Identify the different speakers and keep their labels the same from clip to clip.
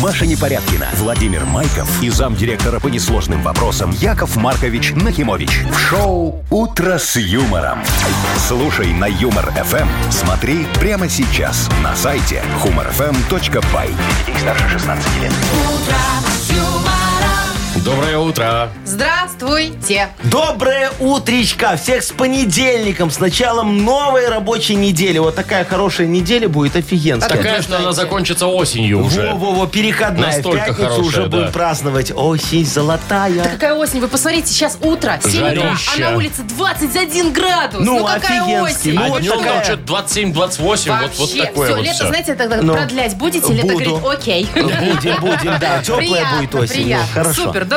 Speaker 1: Маша Непорядкина, Владимир Майков и замдиректора по несложным вопросам Яков Маркович Нахимович. В шоу «Утро с юмором». Слушай на «Юмор-ФМ». Смотри прямо сейчас на сайте humorfm.by. Для детей старше 16 лет.
Speaker 2: Доброе утро.
Speaker 3: Здравствуйте.
Speaker 4: Доброе утречка! Всех с понедельником, с началом новой рабочей недели. Вот такая хорошая неделя будет офигенская.
Speaker 2: Такая, что она закончится осенью уже.
Speaker 4: Во-во-во, переходная.
Speaker 2: Настолько
Speaker 4: в пятницу
Speaker 2: хорошая,
Speaker 4: уже
Speaker 2: да.
Speaker 4: будем праздновать. Осень золотая.
Speaker 3: Да какая осень, вы посмотрите, сейчас утро, 7 утра, а
Speaker 2: Жарища.
Speaker 3: на улице 21 градус.
Speaker 4: Ну,
Speaker 3: Ну, какая
Speaker 4: офигенский.
Speaker 3: осень.
Speaker 4: Ну,
Speaker 2: А
Speaker 4: вот
Speaker 2: днем там
Speaker 4: такая.
Speaker 2: что-то 27-28, вот, вот такое
Speaker 3: все,
Speaker 2: вот
Speaker 3: лето,
Speaker 2: всё.
Speaker 3: знаете, тогда
Speaker 4: Ну.
Speaker 3: продлять будете? Лето
Speaker 4: Буду. Ну,
Speaker 3: говорит, окей.
Speaker 4: Будем, будем, да. Теплая
Speaker 3: Приятно,
Speaker 4: будет осень. Ну,
Speaker 3: приятно.
Speaker 4: Хорошо.
Speaker 3: Супер, доброе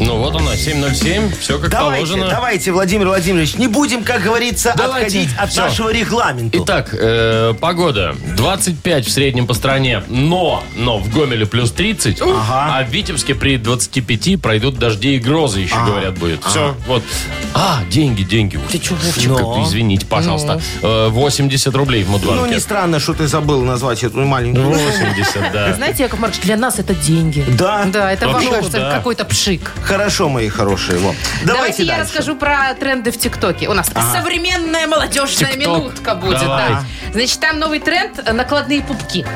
Speaker 2: Ну вот она, 7.07, все как
Speaker 4: Давайте,
Speaker 2: положено.
Speaker 4: давайте, Владимир Владимирович, не будем, как говорится,
Speaker 2: Давайте.
Speaker 4: отходить от
Speaker 2: Всё.
Speaker 4: нашего регламента.
Speaker 2: Итак, э, погода. 25 в среднем по стране, но, но в Гомеле плюс 30, а в Витебске при 25 пройдут дожди и грозы, еще
Speaker 4: А,
Speaker 2: говорят, будет. Все, вот. А, деньги, деньги. Ты что,
Speaker 4: Но.
Speaker 2: Извините, пожалуйста. Э, 80 рублей в
Speaker 4: Ну, не
Speaker 2: Мудбанке.
Speaker 4: странно, что ты забыл назвать эту
Speaker 2: Ну,
Speaker 4: маленькую.
Speaker 2: 80, да.
Speaker 3: Знаете, Яков Маркович, для нас это деньги.
Speaker 4: Да?
Speaker 3: Да, это вам
Speaker 2: Ну,
Speaker 3: кажется
Speaker 2: да.
Speaker 3: какой-то пшик.
Speaker 4: Хорошо, мои хорошие. во.
Speaker 3: Давайте,
Speaker 4: Давайте,
Speaker 3: я
Speaker 4: дальше.
Speaker 3: расскажу про тренды в ТикТоке. У нас современная молодежная
Speaker 2: TikTok.
Speaker 3: минутка будет.
Speaker 2: Давай.
Speaker 3: да. Значит, там новый тренд э, накладные пупки.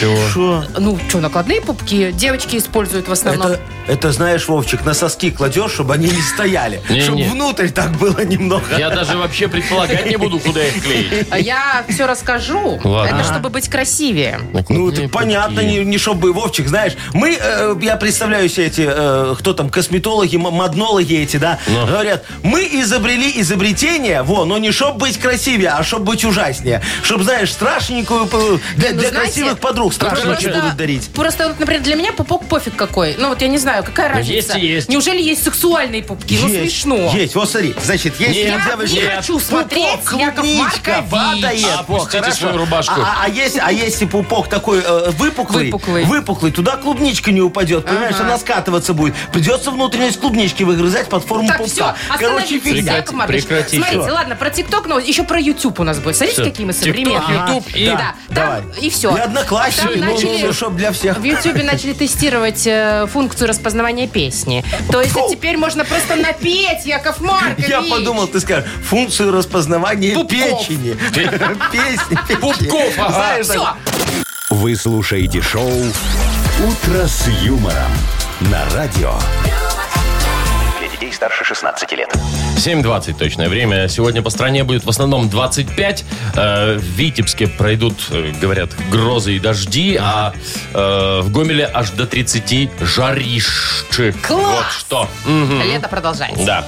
Speaker 2: Чего?
Speaker 4: Что?
Speaker 3: Ну, что, накладные пупки девочки используют в основном.
Speaker 4: Это, это, знаешь, Вовчик, на соски кладешь, чтобы они не стояли.
Speaker 2: Не-не.
Speaker 4: Чтобы внутрь так было немного.
Speaker 2: Я даже вообще предполагать не буду, куда их клеить.
Speaker 3: А Я все расскажу.
Speaker 2: Ладно.
Speaker 3: Это чтобы быть красивее.
Speaker 4: Ну, это понятно, не, не чтобы, Вовчик, знаешь, мы, э, я представляю себе эти, э, кто там, косметологи, м- моднологи эти, да,
Speaker 2: Ну.
Speaker 4: говорят, мы изобрели изобретение, во, но не чтобы быть красивее, а чтобы быть ужаснее. Чтобы, знаешь, страшненькую, э, для,
Speaker 3: Ну,
Speaker 4: для
Speaker 3: знаете,
Speaker 4: красивых подруг страшненькие
Speaker 3: просто-
Speaker 4: будут дарить.
Speaker 3: Просто, вот, например, для меня пупок пофиг какой. Ну, вот я не знаю, какая разница.
Speaker 2: есть и есть.
Speaker 3: Неужели есть сексуальные пупки? ну, смешно.
Speaker 4: Есть, вот смотри, значит, есть
Speaker 2: Нет,
Speaker 4: у
Speaker 3: Я
Speaker 4: девочки-
Speaker 3: не
Speaker 2: Нет.
Speaker 3: хочу смотреть,
Speaker 4: Пупок,
Speaker 3: Яков
Speaker 4: клубничка,
Speaker 3: Маркович.
Speaker 4: падает. Во,
Speaker 2: Опустите
Speaker 4: хорошо.
Speaker 2: свою рубашку.
Speaker 4: А, а- а если, а если пупок такой э, выпуклый,
Speaker 3: Выпуклый.
Speaker 4: выпуклый, туда клубничка не упадет, понимаешь,
Speaker 3: Ага.
Speaker 4: она скатываться будет. Придется внутренность клубнички выгрызать под форму
Speaker 3: Так, все,
Speaker 4: пупка. Короче,
Speaker 3: остановитесь,
Speaker 4: фигня.
Speaker 3: Яков Маркович.
Speaker 2: Прекрати,
Speaker 3: Смотрите,
Speaker 2: всё.
Speaker 3: ладно, про ТикТок, но еще про YouTube у нас будет. Смотрите,
Speaker 2: Всё.
Speaker 3: какие мы
Speaker 2: TikTok,
Speaker 3: современные.
Speaker 2: Ага, YouTube и-
Speaker 3: Да,
Speaker 4: давай.
Speaker 3: там и все.
Speaker 4: И одноклассники,
Speaker 3: Там
Speaker 4: ну,
Speaker 3: начали-
Speaker 4: ну, чтоб для всех.
Speaker 3: В Ютубе начали тестировать э, функцию распознавания песни. То есть
Speaker 4: Фу.
Speaker 3: теперь можно просто напеть, Яков Маркович.
Speaker 4: Я подумал, ты скажешь, функцию распознавания
Speaker 3: Пупков.
Speaker 4: печени. Песни, печени.
Speaker 2: Пупков, ага.
Speaker 4: Знаешь,
Speaker 3: Все.
Speaker 1: Вы слушаете шоу «Утро с юмором» на радио. Для детей старше 16 лет.
Speaker 2: 7.20 точное время. Сегодня по стране будет в основном 25. Э, В Витебске пройдут, э, говорят, грозы и дожди, а э, в Гомеле аж до 30 жаришек.
Speaker 3: Класс!
Speaker 2: Вот что. Мгм.
Speaker 3: Лето продолжается.
Speaker 2: Да.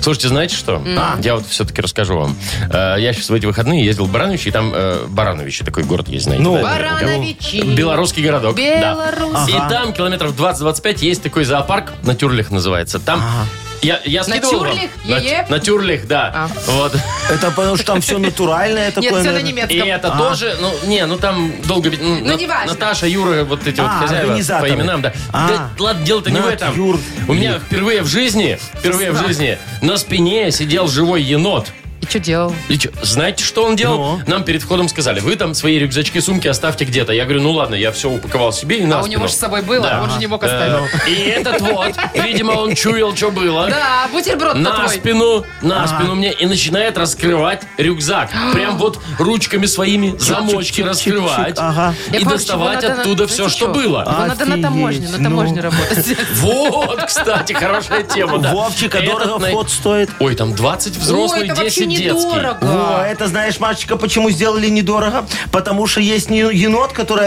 Speaker 2: Слушайте, знаете что? А. Я вот все-таки расскажу вам. Э, Я сейчас в эти выходные ездил в Барановичи, и там э, Барановичи, такой город есть, знаете.
Speaker 4: Ну.
Speaker 2: да, наверняка.
Speaker 3: Барановичи.
Speaker 2: Белорусский городок. да.
Speaker 3: Беларусь.
Speaker 2: И там километров 20-25 есть такой зоопарк, Натюрлих называется. Там я, я скидывал вам.
Speaker 3: Натюрлих?
Speaker 2: Нат-
Speaker 3: Е-е?
Speaker 2: Натюрлих, да.
Speaker 3: А.
Speaker 2: Вот.
Speaker 4: Это потому что там все натуральное такое.
Speaker 3: Нет, все на
Speaker 4: наверное.
Speaker 2: И
Speaker 3: немецком.
Speaker 4: А.
Speaker 2: это тоже, ну, не, ну там долго... ведь, Ну, Нат-
Speaker 3: неважно.
Speaker 2: Наташа, Юра, вот эти вот
Speaker 4: А,
Speaker 2: хозяева по
Speaker 4: организаторы.
Speaker 2: именам, да.
Speaker 4: А.
Speaker 2: Да, ладно, дело-то не в
Speaker 4: Нат,
Speaker 2: этом.
Speaker 4: Юр.
Speaker 2: У меня впервые в жизни, впервые в жизни на спине сидел живой енот.
Speaker 3: И что делал?
Speaker 2: И чё, знаете, что он делал?
Speaker 4: Ну.
Speaker 2: Нам перед входом сказали, вы там свои рюкзачки, сумки оставьте где-то. Я говорю, ну ладно, я все упаковал себе и на
Speaker 3: А у
Speaker 2: спину.
Speaker 3: него же с собой было,
Speaker 2: Да.
Speaker 3: он же не мог оставить.
Speaker 2: Э, И этот вот, видимо, он чуял, что было.
Speaker 3: Да, бутерброд
Speaker 2: На
Speaker 3: твой.
Speaker 2: спину, на спину мне и начинает раскрывать рюкзак. Прям вот ручками своими замочки раскрывать
Speaker 4: ага. А.
Speaker 2: и
Speaker 3: Яков Маркович,
Speaker 2: доставать
Speaker 3: его надо на-
Speaker 2: оттуда все,
Speaker 3: знаете
Speaker 2: что было.
Speaker 3: Его надо на
Speaker 4: Офигеть,
Speaker 3: таможню, на
Speaker 4: ну.
Speaker 3: таможню работать.
Speaker 2: Вот, кстати, хорошая тема. да.
Speaker 4: Вовчик, а
Speaker 2: Этот
Speaker 4: дорого
Speaker 2: най-
Speaker 4: вход стоит?
Speaker 2: Ой, там 20 взрослых,
Speaker 3: Ой, это
Speaker 2: 10 детских.
Speaker 3: вообще
Speaker 4: Во,
Speaker 3: недорого.
Speaker 4: это знаешь, Машечка, почему сделали недорого? Потому что есть не- енот, который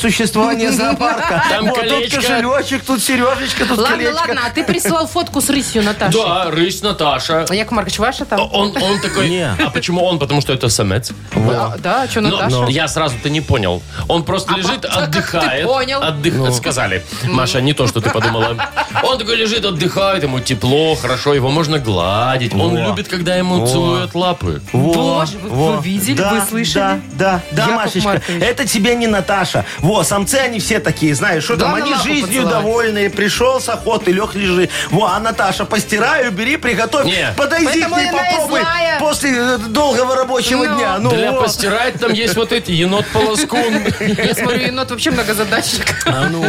Speaker 4: существование зоопарка.
Speaker 2: Там
Speaker 4: Вот тут
Speaker 2: колечко.
Speaker 4: кошелечек, тут сережечка, тут
Speaker 3: Ладно,
Speaker 4: колечко.
Speaker 3: ладно, а ты прислал фотку с рысью Наташи.
Speaker 2: Да, рысь Наташа.
Speaker 3: Яков Маркович, ваша
Speaker 2: А
Speaker 3: там?
Speaker 2: Он, он такой,
Speaker 4: Не.
Speaker 2: а почему он? Потому что это самец.
Speaker 3: А, Да, что
Speaker 2: Но-
Speaker 3: Наташа? А
Speaker 2: но я сразу-то не понял. Он просто лежит,
Speaker 3: как ты
Speaker 2: отдыхает.
Speaker 3: понял?
Speaker 2: отдых- Сказали. Маша, не то, что ты подумала. Он такой лежит, отдыхает, ему тепло, хорошо, его можно гладить. Он любит, когда ему целует лапы.
Speaker 4: Во,
Speaker 3: Боже, вы-
Speaker 4: во.
Speaker 3: вы видели, вы слышали?
Speaker 4: Да, да, да,
Speaker 3: Яков
Speaker 4: Машечка,
Speaker 3: Маркович.
Speaker 4: это тебе не Наташа. Во, самцы они все такие, знаешь, что там,
Speaker 3: Главное,
Speaker 4: они
Speaker 3: лапу
Speaker 4: жизнью
Speaker 3: поцеловать.
Speaker 4: довольные. Пришел с охоты, лег лежи. Во, а Наташа, постираю, бери, приготовь.
Speaker 2: Не.
Speaker 4: Подойди к
Speaker 3: Поэтому
Speaker 4: ней,
Speaker 3: она и
Speaker 4: попробуй.
Speaker 3: злая.
Speaker 4: После э, долгого рабочего
Speaker 3: Ну.
Speaker 4: дня. Ну,
Speaker 2: Для
Speaker 4: во.
Speaker 2: постирать там есть вот эти енот-полоскун.
Speaker 3: Я смотрю, енот вообще многозадачник.
Speaker 4: А ну,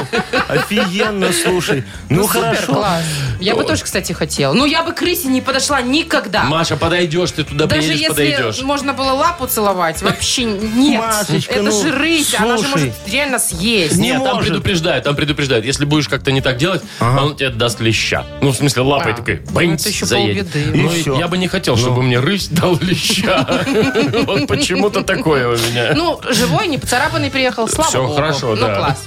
Speaker 4: офигенно, слушай. Ну, хорошо.
Speaker 3: Класс. Я бы тоже, кстати, хотела. Но я бы к крысе не подошла никогда.
Speaker 2: Маша, подойдешь, ты туда
Speaker 3: Даже
Speaker 2: приедешь,
Speaker 3: если
Speaker 2: подойдешь.
Speaker 3: можно было лапу целовать, вообще нет.
Speaker 4: Машечка,
Speaker 3: это
Speaker 4: ну,
Speaker 3: же рысь, она же
Speaker 4: слушай.
Speaker 3: может реально съесть.
Speaker 4: Не
Speaker 2: Нет, там
Speaker 4: может.
Speaker 2: предупреждают, там предупреждают. Если будешь как-то не так делать, он тебе даст леща. Ну, в смысле, лапой
Speaker 3: А.
Speaker 2: такой, бэнь,
Speaker 3: Ну, это еще
Speaker 2: заедет.
Speaker 3: полбеды.
Speaker 2: Ну,
Speaker 4: И
Speaker 2: и
Speaker 4: всё. Ну.
Speaker 2: я бы не хотел, чтобы мне рысь дал леща. Вот почему-то такое у меня.
Speaker 3: Ну, живой, не поцарапанный приехал, слава
Speaker 2: Всё
Speaker 3: богу.
Speaker 2: хорошо,
Speaker 3: ну,
Speaker 2: да.
Speaker 3: класс.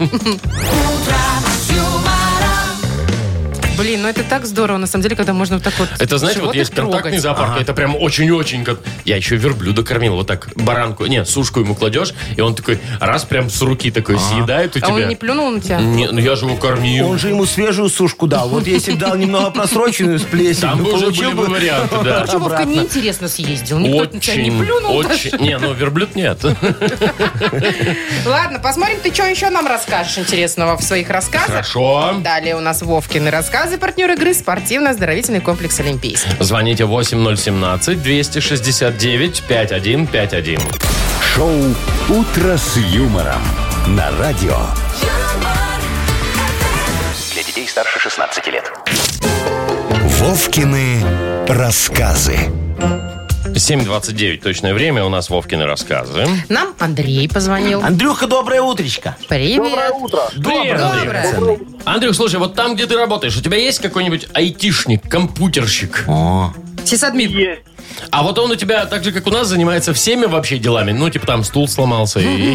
Speaker 3: Блин, ну это так здорово, на самом деле, когда можно вот так вот
Speaker 2: Это, знаете, вот
Speaker 3: животных
Speaker 2: есть контактный
Speaker 3: Ну, трогать.
Speaker 2: зоопарк, это прям очень-очень как... Я еще верблюда кормил, вот так, баранку. Не, сушку ему кладешь, и он такой раз прям с руки такой съедает у
Speaker 3: А он
Speaker 2: тебя.
Speaker 3: не плюнул на тебя?
Speaker 2: Не, ну я же его кормил.
Speaker 4: Он же ему свежую сушку дал. Вот если бы дал немного просроченную с плесенью, ну,
Speaker 2: Там бы уже
Speaker 4: получил
Speaker 2: были бы варианты, да.
Speaker 3: Почему Вовка
Speaker 4: обратно.
Speaker 3: неинтересно съездил? Никто на тебя не плюнул
Speaker 2: очень. Не, ну верблюд нет.
Speaker 3: даже. Ладно, посмотрим, ты что еще нам расскажешь интересного в своих рассказах.
Speaker 2: Хорошо.
Speaker 3: Далее у нас Вовкины рассказы, партнер игры «Спортивно-оздоровительный комплекс Олимпийский».
Speaker 2: Звоните 8017-269-5151.
Speaker 1: Шоу «Утро с юмором» на радио.
Speaker 5: Для детей старше 16 лет.
Speaker 1: Вовкины рассказы.
Speaker 2: 7.29 точное время, у нас Вовкины рассказы.
Speaker 3: Нам Андрей позвонил.
Speaker 4: Андрюха, доброе утречко.
Speaker 3: Привет.
Speaker 2: Привет, Андрей.
Speaker 3: Доброе.
Speaker 2: Андрюх, слушай, вот там, где ты работаешь, у тебя есть какой-нибудь айтишник, компьютерщик?
Speaker 3: Сисадмин.
Speaker 2: А вот он у тебя, так же, как у нас, занимается всеми вообще делами. Ну, типа там стул сломался и-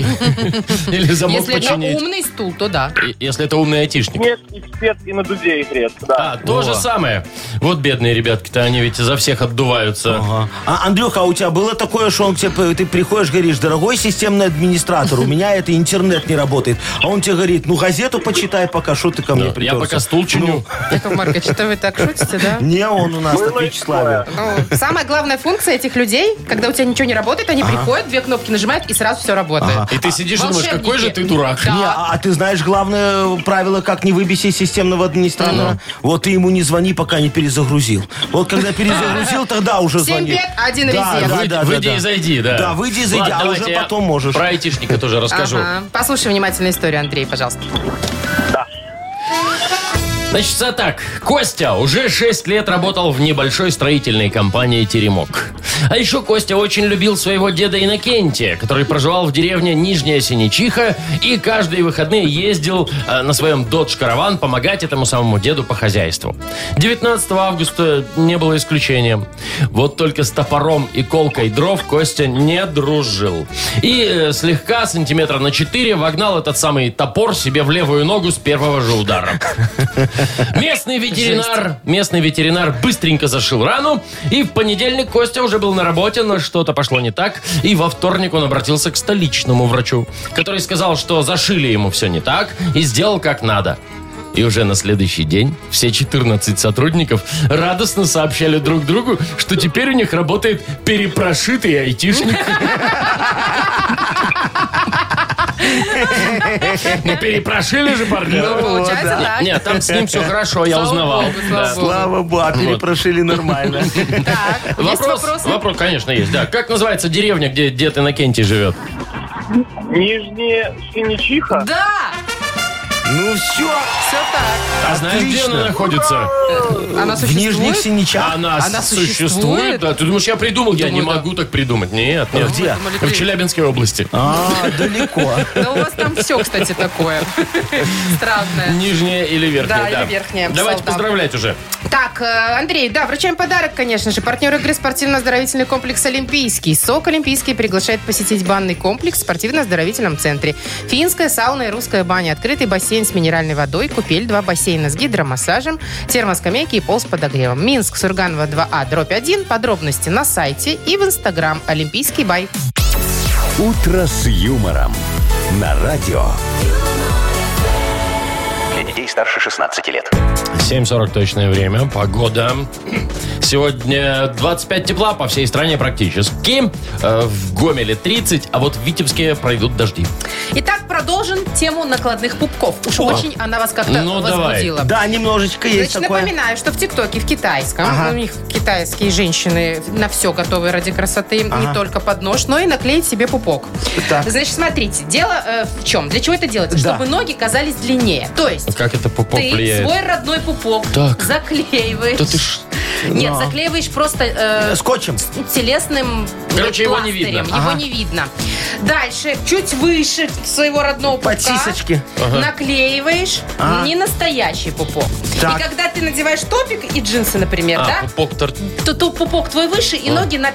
Speaker 2: или замок
Speaker 3: Если это
Speaker 2: починить.
Speaker 3: умный стул, то да.
Speaker 2: И- Если это умный айтишник.
Speaker 6: Нет, эксперт и на дуде их рез, да.
Speaker 2: А, то же самое. Вот бедные ребятки-то, они ведь за всех отдуваются.
Speaker 4: Ага. А, Андрюха, а у тебя было такое, что он к тебе, п- ты приходишь, говоришь, дорогой системный администратор, у меня это интернет не работает. А он тебе говорит, ну газету почитай пока, что ты ко мне
Speaker 2: Я
Speaker 4: приперся.
Speaker 2: пока стул
Speaker 4: Ну,
Speaker 2: чиню.
Speaker 3: Яков Маркович, что вы так шутите, да?
Speaker 4: Не, он у нас на
Speaker 6: Было и
Speaker 4: Вячеславе.
Speaker 3: Ну, самая главная функция этих людей, когда у тебя ничего не работает, они приходят, две кнопки нажимают, и сразу все работает.
Speaker 2: И ты сидишь и думаешь,
Speaker 3: Волшебники.
Speaker 2: какой же ты дурак.
Speaker 3: Да.
Speaker 4: Не, а, а ты знаешь главное э, правило, как не выбесить системного администратора?
Speaker 3: Ну.
Speaker 4: Вот ты ему не звони, пока не перезагрузил. Вот когда перезагрузил, тогда уже
Speaker 3: Семь
Speaker 4: звони.
Speaker 3: бед, один
Speaker 4: Да,
Speaker 3: резерв.
Speaker 4: да,
Speaker 2: Выйди,
Speaker 4: да,
Speaker 2: выйди
Speaker 4: да.
Speaker 2: и зайди, да.
Speaker 4: Да, выйди и зайди,
Speaker 2: Ладно,
Speaker 4: а
Speaker 2: давайте
Speaker 4: уже
Speaker 2: я
Speaker 4: потом можешь.
Speaker 2: Про айтишника тоже расскажу.
Speaker 3: Ага. Послушай внимательно историю, Андрей, пожалуйста.
Speaker 2: Значит, а так, Костя уже 6 лет работал в небольшой строительной компании «Теремок». А еще Костя очень любил своего деда Иннокентия, который проживал в деревне Нижняя Синичиха и каждые выходные ездил э, на своем «Додж-караван» помогать этому самому деду по хозяйству. 19 августа не было исключением. Вот только с топором и колкой дров Костя не дружил. И э, слегка, сантиметра на 4, вогнал этот самый топор себе в левую ногу с первого же удара. Местный ветеринар, местный ветеринар быстренько зашил рану, и в понедельник Костя уже был на работе, но что-то пошло не так, и во вторник он обратился к столичному врачу, который сказал, что зашили ему все не так и сделал как надо. И уже на следующий день все 14 сотрудников радостно сообщали друг другу, что теперь у них работает перепрошитый айтишник. Ну, перепрошили же парня.
Speaker 3: Ну, получается, да.
Speaker 2: Нет, там с ним все хорошо, я
Speaker 3: Слава
Speaker 2: узнавал.
Speaker 3: богу, слава
Speaker 2: Да.
Speaker 3: богу.
Speaker 4: Слава богу, а перепрошили нормально.
Speaker 3: Так, есть
Speaker 2: Вопрос,
Speaker 3: вопросы?
Speaker 2: вопрос, конечно, есть. Да, как называется деревня, где дед Иннокентий живет?
Speaker 6: Нижняя Синичиха.
Speaker 3: Да,
Speaker 4: Ну все,
Speaker 3: все так.
Speaker 2: А знаешь, где
Speaker 4: Отлично.
Speaker 2: она находится?
Speaker 3: Она
Speaker 4: в нижних
Speaker 3: существует?
Speaker 4: синичах.
Speaker 2: Она,
Speaker 3: она
Speaker 2: существует?
Speaker 3: существует?
Speaker 2: Да, ты думаешь, я придумал? я не
Speaker 3: Думаю, да.
Speaker 2: могу так придумать. Нет, нет.
Speaker 4: где?
Speaker 3: Думали,
Speaker 2: В
Speaker 3: ты-
Speaker 2: Челябинской области.
Speaker 4: А, далеко.
Speaker 3: Да у вас там все, кстати, такое странное.
Speaker 2: Нижняя или верхняя?
Speaker 3: Да, или верхняя,
Speaker 2: Давайте
Speaker 3: писал, да.
Speaker 2: поздравлять уже.
Speaker 3: Так, э, Андрей, да, вручаем подарок, конечно же. Партнер игры спортивно-оздоровительный комплекс «Олимпийский». СОК «Олимпийский» приглашает посетить банный комплекс в спортивно-оздоровительном центре. Финская сауна и русская баня, открытый бассейн с минеральной водой, купель, два бассейна с гидромассажем, термоскамейки и пол с подогревом. Минск, Сурганова 2А, дробь 1. Подробности на сайте и в Инстаграм «Олимпийский бай».
Speaker 1: «Утро с юмором» на радио.
Speaker 5: Для детей детей старше 16 лет.
Speaker 2: 7.40 точное время. Погода. Сегодня 25 тепла по всей стране практически. Э, В Гомеле 30, а вот в Витебске пройдут дожди.
Speaker 3: Итак, продолжим тему накладных пупков. Уж очень она вас как-то
Speaker 2: Ну, давай.
Speaker 3: возбудила.
Speaker 4: Да, немножечко есть
Speaker 3: Значит,
Speaker 4: такое.
Speaker 3: напоминаю, что в ТикТоке, в китайском,
Speaker 4: Ага.
Speaker 3: у них китайские женщины на все готовы ради красоты, не только под нож, но и наклеить себе пупок.
Speaker 4: Так.
Speaker 3: Значит, смотрите, дело э, в чем? Для чего это делается?
Speaker 4: Да.
Speaker 3: Чтобы ноги казались длиннее. То есть
Speaker 2: Как это пупок
Speaker 3: ты
Speaker 2: влияет?
Speaker 3: свой родной пупок
Speaker 2: Так.
Speaker 3: заклеиваешь.
Speaker 2: Да ты ж-
Speaker 3: Нет, заклеиваешь просто э,
Speaker 4: Скотчем.
Speaker 3: телесным
Speaker 2: Короче,
Speaker 3: э,
Speaker 2: его не
Speaker 3: пластырем.
Speaker 2: видно.
Speaker 3: Его не видно. Дальше, чуть выше своего родного
Speaker 4: По
Speaker 3: пупка.
Speaker 4: сисочке.
Speaker 3: Наклеиваешь
Speaker 2: А.
Speaker 4: Ага.
Speaker 3: не настоящий пупок.
Speaker 4: Так.
Speaker 3: И когда ты надеваешь топик и джинсы, например,
Speaker 2: А,
Speaker 3: да,
Speaker 2: пупок тор-
Speaker 3: то, то пупок твой выше, и ноги на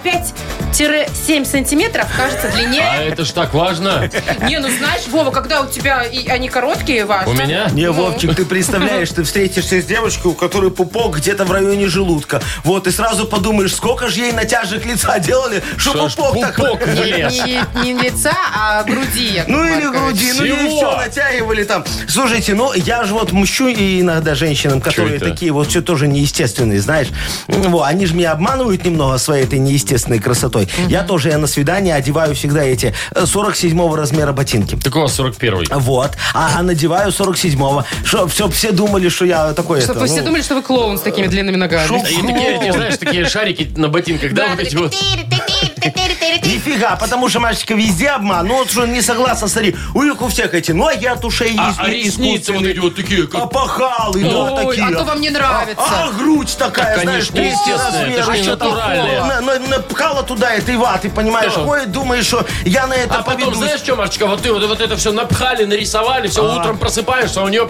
Speaker 3: 5-7 сантиметров кажется
Speaker 2: А
Speaker 3: длиннее.
Speaker 2: это ж так важно.
Speaker 3: Не, ну знаешь, Вова, когда у тебя и они короткие, важно.
Speaker 2: А. У меня?
Speaker 4: Не,
Speaker 3: Ну.
Speaker 4: Вовчик, ты представляешь, ты встретишься с девочкой, у которой пупок где-то в районе желудка. Вот, и сразу подумаешь, сколько же ей натяжек лица делали,
Speaker 2: Что
Speaker 4: что
Speaker 2: ж
Speaker 4: пупок так...
Speaker 2: пупок влез?
Speaker 3: Не, не лица, а груди. Яков
Speaker 4: Ну или
Speaker 3: Маркович.
Speaker 4: груди, ну или
Speaker 2: Всего?
Speaker 4: все натягивали там. Слушайте, ну я же вот мщу и иногда женщинам, которые
Speaker 2: это?
Speaker 4: такие вот все тоже неестественные, знаешь. Во, они же меня обманывают немного своей этой неестественной красотой. Я тоже, я на свидание одеваю всегда эти э, 47 размера ботинки.
Speaker 2: Так у вас 41
Speaker 4: Вот. А, а надеваю 47-го. Чтоб все, все думали, что я такой...
Speaker 3: Чтобы
Speaker 4: это,
Speaker 3: все
Speaker 4: ну,
Speaker 3: думали, что вы клоун с такими длинными ногами.
Speaker 4: шо-
Speaker 2: И такие, не знаешь, такие шарики на ботинках, да,
Speaker 3: Да,
Speaker 2: вот эти
Speaker 3: вот
Speaker 2: вот.
Speaker 4: Нифига, потому что Машечка везде обман. Ну вот что не согласна, смотри. У них у всех эти ноги от ушей
Speaker 2: А,
Speaker 4: есть,
Speaker 2: а
Speaker 4: ну,
Speaker 2: ресницы вот
Speaker 4: искусственные.
Speaker 2: эти вот такие,
Speaker 4: А
Speaker 2: как...
Speaker 4: Опахалы, да,
Speaker 3: Ой,
Speaker 4: такие.
Speaker 3: а то вам не нравится.
Speaker 4: А, грудь такая,
Speaker 2: Так,
Speaker 4: знаешь,
Speaker 2: конечно, естественно, это ж не натуральное.
Speaker 4: Напхала туда этой ваты, понимаешь?
Speaker 2: Да.
Speaker 4: Ой, думаешь, что я на это
Speaker 2: А потом,
Speaker 4: поведусь.
Speaker 2: знаешь что, Машечка, вот ты вот, вот это все напхали, нарисовали, все, утром просыпаешься, а у нее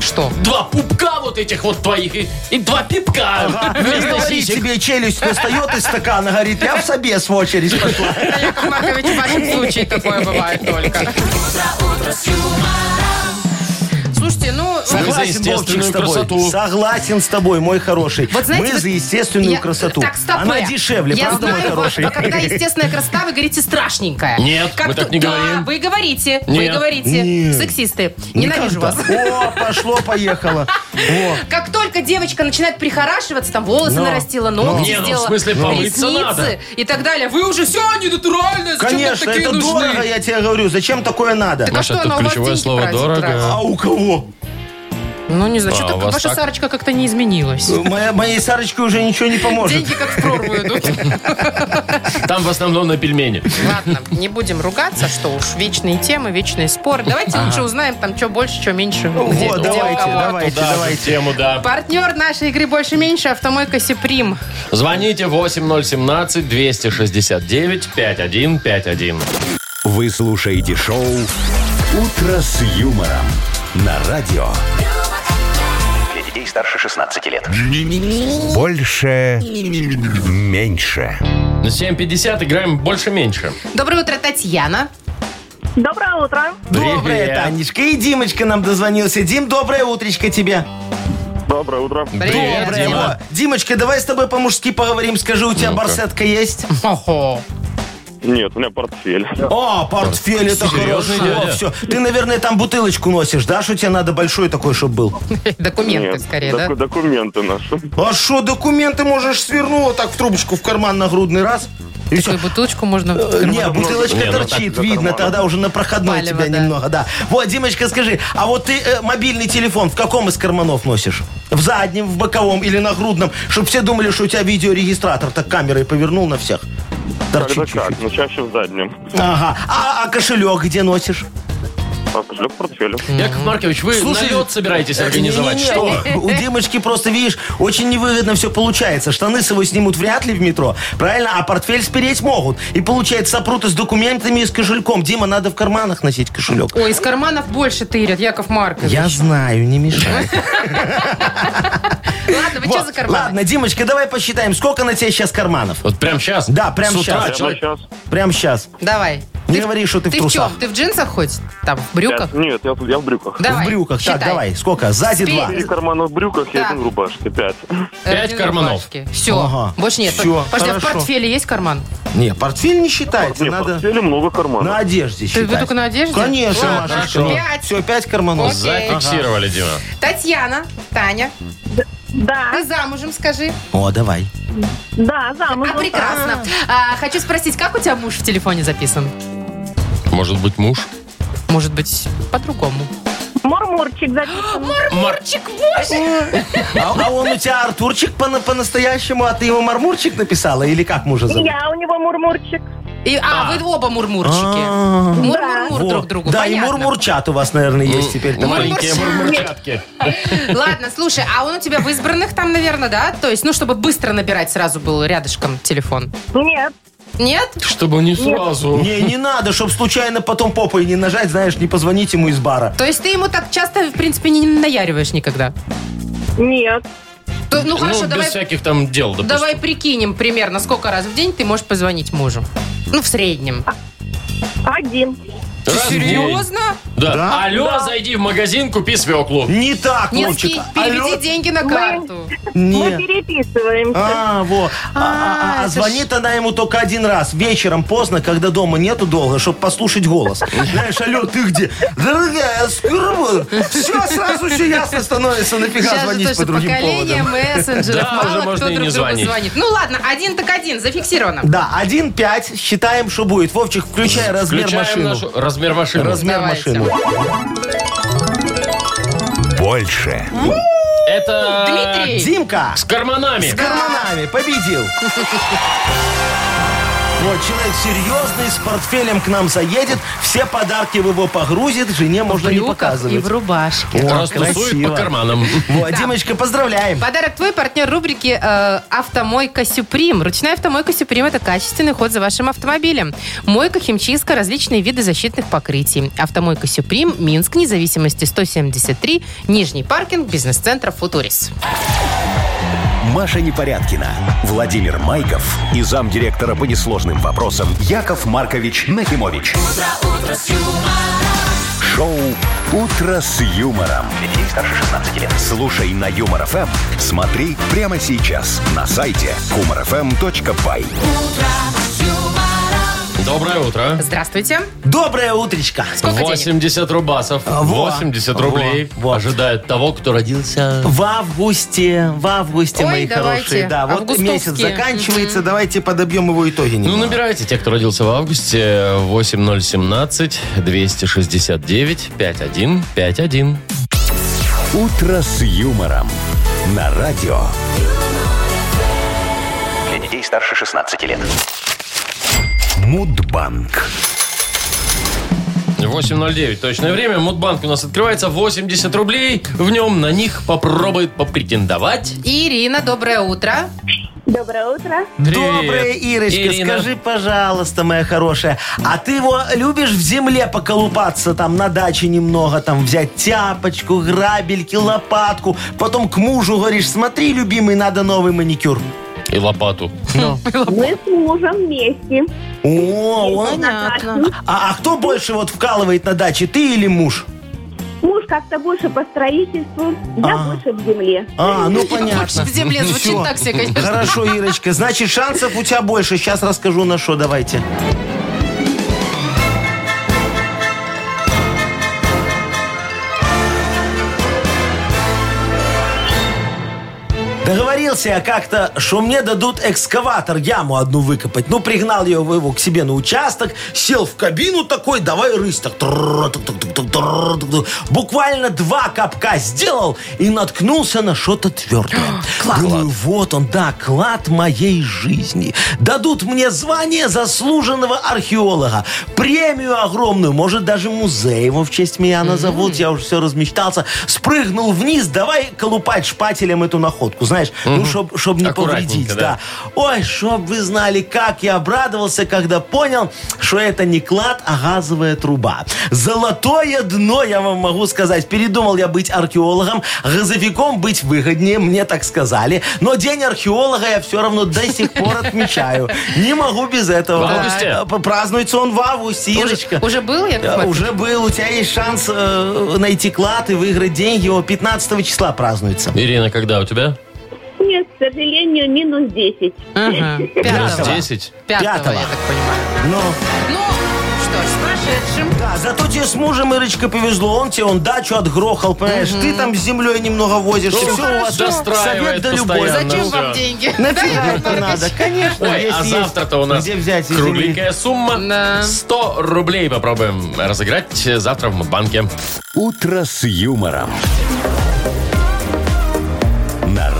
Speaker 3: Что?
Speaker 2: два пупка вот этих вот твоих и, и два пипка
Speaker 4: И
Speaker 2: вместо
Speaker 4: А, говорит
Speaker 2: сисек.
Speaker 4: тебе, челюсть достает из стакана, говорит, я в собес в очередь пошла.
Speaker 3: Да, Яков Маркович, в вашем случае такое бывает только. Слушайте, ну...
Speaker 2: Согласен. за естественную
Speaker 4: Вовчик, с тобой.
Speaker 2: красоту.
Speaker 4: Согласен с тобой, мой хороший.
Speaker 3: Вот знаете,
Speaker 4: Мы
Speaker 3: вот
Speaker 4: за естественную
Speaker 3: я-
Speaker 4: красоту.
Speaker 3: Так, стоп.
Speaker 4: Она дешевле,
Speaker 3: я
Speaker 4: правда,
Speaker 3: знаю
Speaker 4: мой
Speaker 3: вас,
Speaker 4: хороший?
Speaker 3: но когда естественная красота, вы говорите страшненькая.
Speaker 2: Нет, мы так не
Speaker 3: да,
Speaker 2: говорим.
Speaker 3: вы говорите, вы
Speaker 2: Нет.
Speaker 3: говорите.
Speaker 4: Нет.
Speaker 3: Сексисты. Ненавижу вас.
Speaker 4: Никогда. О, пошло-поехало. Во.
Speaker 3: Как только девочка начинает прихорашиваться, там волосы
Speaker 4: Но.
Speaker 3: нарастила, ноги
Speaker 2: Не, ну, в
Speaker 3: сделала,
Speaker 2: смысле, помыться
Speaker 3: ресницы
Speaker 2: надо.
Speaker 3: и так далее, вы уже все недотуральное, зачем нам
Speaker 4: Конечно,
Speaker 3: такие
Speaker 4: это
Speaker 3: нужны?
Speaker 4: дорого, я тебе говорю. Зачем такое надо?
Speaker 3: Так а
Speaker 2: Маша,
Speaker 3: что
Speaker 2: тут
Speaker 3: она у вас
Speaker 2: ключевое
Speaker 3: деньги
Speaker 2: слово
Speaker 3: тратит
Speaker 2: «дорого».
Speaker 3: раз?
Speaker 4: А у кого?
Speaker 3: Ну, не знаю,
Speaker 2: А,
Speaker 3: что-то
Speaker 2: у вас
Speaker 3: ваша
Speaker 2: так?
Speaker 3: Сарочка как-то не изменилась.
Speaker 4: Моя- Моей Сарочке уже ничего не поможет.
Speaker 3: Деньги как в прорву идут.
Speaker 2: Там в основном на пельмени.
Speaker 3: Ладно, не будем ругаться, что уж вечные темы, вечные споры. Давайте лучше узнаем там, что больше, что меньше. где- где
Speaker 4: Вот,
Speaker 3: у
Speaker 4: давайте,
Speaker 3: кого.
Speaker 4: давайте,
Speaker 2: Туда же
Speaker 4: давайте.
Speaker 2: тему, да.
Speaker 3: Партнер нашей игры «Больше-меньше» автомойка «Сиприм».
Speaker 2: Звоните 8017-269-5151.
Speaker 1: Вы слушаете шоу «Утро с юмором» на радио.
Speaker 5: Для детей старше 16 лет.
Speaker 1: Больше. Меньше.
Speaker 2: На 7.50 играем больше-меньше.
Speaker 3: Доброе утро, Татьяна.
Speaker 7: Доброе утро.
Speaker 4: Доброе,
Speaker 2: Привет.
Speaker 4: Танечка. И Димочка нам дозвонился. Дим, доброе утречко тебе.
Speaker 6: Доброе утро.
Speaker 2: Привет,
Speaker 3: Доброе.
Speaker 2: Дима.
Speaker 4: О, Димочка, давай с тобой по-мужски поговорим. Скажи, у тебя
Speaker 2: Ну-ка.
Speaker 4: барсетка есть?
Speaker 3: Охо.
Speaker 6: Нет, у меня портфель.
Speaker 4: О, портфель, это
Speaker 2: Серьезный дядя.
Speaker 4: хорошо. Все. Ты, наверное, там бутылочку носишь, да? Что тебе надо большой такой, чтобы был?
Speaker 3: Документы скорее, да?
Speaker 6: доку- Документы наши.
Speaker 4: А что, документы можешь свернула так в трубочку в карман на грудный раз? И всё.
Speaker 3: Такую бутылочку можно...
Speaker 4: Э, Не, бутылочка
Speaker 2: Не, ну так
Speaker 4: торчит,
Speaker 6: для
Speaker 4: видно,
Speaker 6: кармана.
Speaker 4: тогда уже на проходной
Speaker 3: Палево,
Speaker 4: тебя
Speaker 3: да.
Speaker 4: немного, да. Вот, Димочка, скажи, а вот ты э, мобильный телефон в каком из карманов носишь? В заднем, в боковом или на грудном, чтобы все думали, что у тебя видеорегистратор так камерой повернул на всех.
Speaker 6: Когда
Speaker 4: Торчит
Speaker 6: как,
Speaker 4: чуть-чуть.
Speaker 6: но чаще в заднем.
Speaker 4: Ага. А, а кошелек где носишь?
Speaker 6: А кошелек в портфеле.
Speaker 2: Яков Маркович, вы
Speaker 4: Слушай,
Speaker 2: налет собираетесь
Speaker 4: э,
Speaker 2: организовать?
Speaker 4: не-не-не,
Speaker 2: Что?
Speaker 4: У Димочки просто, видишь, очень невыгодно все получается. Штаны с его снимут вряд ли в метро, правильно? А портфель спереть могут. И получается сопруты с документами и с кошельком. Дима, надо в карманах носить кошелек.
Speaker 3: Ой, из карманов больше тырят, Яков Маркович.
Speaker 4: Я знаю, не мешай.
Speaker 3: Ладно, вы что
Speaker 4: Вот.
Speaker 3: за карманы?
Speaker 4: Ладно, Димочка, давай посчитаем, сколько на тебе сейчас карманов.
Speaker 2: Вот прям сейчас?
Speaker 4: Да, прямо
Speaker 2: С утра
Speaker 4: щас.
Speaker 2: человек-
Speaker 6: сейчас.
Speaker 4: Прям сейчас.
Speaker 3: Давай.
Speaker 4: Не
Speaker 3: в-
Speaker 4: говори, что ты в
Speaker 3: Ты в
Speaker 4: трусах.
Speaker 3: чем? Ты в джинсах хоть? Там, в брюках?
Speaker 6: Я- Нет, я, я в брюках.
Speaker 3: Давай,
Speaker 4: в брюках.
Speaker 3: считай.
Speaker 4: Так, давай. Сколько? Сзади
Speaker 3: Спи-
Speaker 4: два.
Speaker 6: Три кармана в брюках и
Speaker 3: Так.
Speaker 6: один в рубашке. Пять.
Speaker 2: Пять карманов.
Speaker 3: Все,
Speaker 4: Ага.
Speaker 3: больше нет.
Speaker 4: Всё,
Speaker 3: Подожди, а в
Speaker 4: хорошо.
Speaker 3: портфеле есть карман?
Speaker 4: Не, портфель не считается.
Speaker 6: Нет, в
Speaker 4: Надо
Speaker 6: портфеле много карманов.
Speaker 4: на одежде
Speaker 3: Ты
Speaker 4: считать.
Speaker 3: только на одежде?
Speaker 4: Конечно,
Speaker 3: Ладно,
Speaker 4: Машечка.
Speaker 3: хорошо. Пять.
Speaker 4: Все, пять карманов.
Speaker 3: Окей.
Speaker 2: Зафиксировали, Дима.
Speaker 3: Татьяна, Таня,
Speaker 7: Да,
Speaker 3: ты замужем, скажи.
Speaker 4: О, давай.
Speaker 7: да, замужем.
Speaker 3: А, прекрасно. А, хочу спросить, как у тебя муж в телефоне записан?
Speaker 2: Может быть, муж?
Speaker 3: Может быть, по-другому.
Speaker 7: Мурмурчик записан.
Speaker 3: Мурчик, боже!
Speaker 4: А, а он у тебя Артурчик по- по-настоящему, а ты ему Мармурчик написала? Или как мужа
Speaker 7: И
Speaker 4: зовут?
Speaker 7: я у него мурмурчик.
Speaker 3: И, а, вы оба
Speaker 4: А.
Speaker 3: мурмурчики. Мур-мур-мур
Speaker 4: Во.
Speaker 3: друг другу.
Speaker 4: Да, и
Speaker 3: понятно.
Speaker 4: мурмурчат у вас, наверное, есть теперь. там.
Speaker 2: Маленькие мурмурчатки.
Speaker 3: Ладно, слушай, а он у тебя в избранных там, наверное, да? То есть, ну, чтобы быстро набирать сразу был рядышком телефон.
Speaker 7: Нет,
Speaker 3: Нет?
Speaker 2: Чтобы не сразу.
Speaker 4: Не, не надо, чтобы случайно потом попой не нажать, знаешь, не позвонить ему из бара.
Speaker 3: То есть ты ему так часто, в принципе, не наяриваешь никогда?
Speaker 7: нет.
Speaker 3: То- ну, хорошо,
Speaker 2: Ну, без
Speaker 3: давай,
Speaker 2: всяких там дел, допустим.
Speaker 3: давай прикинем примерно, сколько раз в день ты можешь позвонить мужу. Ну, в среднем.
Speaker 7: Один.
Speaker 2: Раз А, в день.
Speaker 3: Серьезно?
Speaker 2: Да.
Speaker 4: Да?
Speaker 2: Алло, зайди в магазин, купи свеклу.
Speaker 4: Не так,
Speaker 3: Нет,
Speaker 4: Вовчик.
Speaker 3: скинь, переведи
Speaker 4: Алло?
Speaker 3: деньги на карту.
Speaker 7: Мы
Speaker 4: Не.
Speaker 7: переписываемся.
Speaker 4: А, вот. А, а, а, а
Speaker 3: это
Speaker 4: звонит она ему только один раз. Вечером поздно, когда дома нету долго, чтобы послушать голос. Знаешь, алло, ты где? Дорогая, Все, сразу все ясно становится. Нафига
Speaker 3: Сейчас же
Speaker 4: звонить по
Speaker 3: тоже
Speaker 4: другим
Speaker 3: поколение
Speaker 4: поводам.
Speaker 2: Да,
Speaker 3: мессенджеров.
Speaker 2: уже
Speaker 3: Мало кто
Speaker 2: можно и
Speaker 3: друг
Speaker 2: не
Speaker 3: другу
Speaker 2: звонить.
Speaker 3: звонит. Ну ладно, один так один, зафиксировано.
Speaker 4: Да, 1-5, считаем, что будет. Вовчик, включай размер
Speaker 2: Включаем
Speaker 4: машины.
Speaker 2: нашу- размер машины.
Speaker 4: Размер
Speaker 3: Давайте.
Speaker 4: машины.
Speaker 1: Больше.
Speaker 2: Это
Speaker 3: Дмитрий,
Speaker 4: Димка!
Speaker 2: с карманами.
Speaker 4: С карманами победил. Вот, человек серьезный, с портфелем к нам заедет, все подарки в его погрузит, жене
Speaker 3: в
Speaker 4: можно не
Speaker 3: брюках и
Speaker 4: показывать.
Speaker 3: в рубашке.
Speaker 4: О,
Speaker 2: Растусует по
Speaker 4: красиво.
Speaker 2: карманам.
Speaker 4: Вот, Димочка, поздравляем.
Speaker 3: Подарок твой партнер рубрики э, «Автомойка Сюприм». Ручная автомойка Сюприм – это качественный ход за вашим автомобилем. Мойка, химчистка, различные виды защитных покрытий. Автомойка Сюприм, Минск, независимости 173, Нижний паркинг, бизнес-центр «Футурис».
Speaker 1: Маша Непорядкина, Владимир Майков и замдиректора по несложным вопросам Яков Маркович Нахимович. Шоу Утро с юмором. Детей старше 16 лет. Слушай на юмор ФМ. Смотри прямо сейчас на сайте humorfm.by.
Speaker 2: Доброе утро.
Speaker 3: Здравствуйте.
Speaker 4: Доброе утречко.
Speaker 3: Сколько денег?
Speaker 2: 80 рубасов.
Speaker 4: А, во.
Speaker 2: 80 рублей
Speaker 4: Во, вот.
Speaker 2: ожидает того, кто родился.
Speaker 4: В августе, в августе,
Speaker 3: Э. Ой,
Speaker 4: мои
Speaker 3: давайте,
Speaker 4: хорошие. Да, вот
Speaker 3: августовские.
Speaker 4: месяц заканчивается, давайте подобьем его итоги
Speaker 2: Ну,
Speaker 4: немного.
Speaker 2: набирайте те, кто родился в августе. 8017 269 5151.
Speaker 1: Утро с юмором. На радио.
Speaker 5: Для детей старше 16 лет.
Speaker 1: Мудбанк.
Speaker 2: 8.09. Точное время. Мудбанк у нас открывается. 80 рублей. В нем на них попробует попретендовать.
Speaker 3: Ирина, доброе утро.
Speaker 7: Доброе утро.
Speaker 4: Добрая
Speaker 2: Привет,
Speaker 4: Ирочка,
Speaker 2: Ирина.
Speaker 4: скажи, пожалуйста, моя хорошая, а ты его любишь в земле поколупаться, там на даче немного, там взять тяпочку, грабельки, лопатку, потом к мужу говоришь, смотри, любимый, надо новый маникюр.
Speaker 2: И лопату.
Speaker 7: Мы с мужем вместе.
Speaker 4: О, он...
Speaker 3: Понятно.
Speaker 4: А, а кто больше вот вкалывает на даче, ты или муж?
Speaker 7: Муж как-то больше по строительству, я
Speaker 4: Ага.
Speaker 7: больше в земле.
Speaker 4: А, ну
Speaker 3: Больше
Speaker 4: понятно.
Speaker 3: в земле
Speaker 4: Ну,
Speaker 3: звучит
Speaker 4: всё.
Speaker 3: так себе, конечно.
Speaker 4: Хорошо, Ирочка, значит, шансов у тебя больше. Сейчас расскажу на что, давайте. Договорился я как-то, что мне дадут экскаватор, яму одну выкопать. Ну, пригнал я его, его к себе на участок, сел в кабину такой, давай рысь так. Трррр, тук, тук, тук, тук, трррр, тук, тук. Буквально два капка сделал и наткнулся на что-то твердое. Думаю, вот он, да, клад моей жизни. Дадут мне звание заслуженного археолога, премию огромную, может, даже музей его в честь меня назовут, я уже все размечтался. Спрыгнул вниз, давай колупать шпателем эту находку. Знаешь, понимаешь? Ну, чтобы не
Speaker 2: Аккуратненько,
Speaker 4: повредить,
Speaker 2: да.
Speaker 4: да. Ой, чтоб вы знали, как я обрадовался, когда понял, что это не клад, а газовая труба. Золотое дно, я вам могу сказать. Передумал я быть археологом, газовиком быть выгоднее, мне так сказали. Но день археолога я все равно до сих пор отмечаю. Не могу без этого.
Speaker 2: В августе?
Speaker 4: Э, Празднуется он в августе,
Speaker 3: Уже,
Speaker 4: Ирочка.
Speaker 3: уже был, Яков
Speaker 4: Э,
Speaker 3: Маркович?
Speaker 4: Уже был, у тебя есть шанс э, найти клад и выиграть деньги. Его 15 числа празднуется.
Speaker 2: Ирина, когда у тебя?
Speaker 7: Нет, к сожалению, минус 10.
Speaker 3: Ага.
Speaker 2: Плюс
Speaker 3: Пятого.
Speaker 2: 10.
Speaker 3: Пятого, я
Speaker 4: Пятого.
Speaker 3: так понимаю.
Speaker 4: Ну,
Speaker 3: Ну, что ж, с прошедшим.
Speaker 4: да, А зато тебе с мужем, Ирочка, повезло. Он тебе он дачу отгрохал, понимаешь? Ты там с землей немного возишься.
Speaker 2: Ну,
Speaker 4: Все у вас
Speaker 2: достраивает
Speaker 4: совет да
Speaker 2: постоянно.
Speaker 4: любовь.
Speaker 3: Зачем
Speaker 2: всё.
Speaker 3: вам деньги? ну Да,
Speaker 4: Нафига
Speaker 3: Яков
Speaker 4: это
Speaker 3: Маркович?
Speaker 4: надо? Конечно,
Speaker 2: Ой,
Speaker 4: здесь
Speaker 2: а
Speaker 4: есть
Speaker 2: завтра-то у нас
Speaker 4: где взять из земли.
Speaker 2: кругленькая сумма.
Speaker 3: Да.
Speaker 2: 100 рублей попробуем разыграть э, завтра в банке.
Speaker 1: «Утро с юмором». На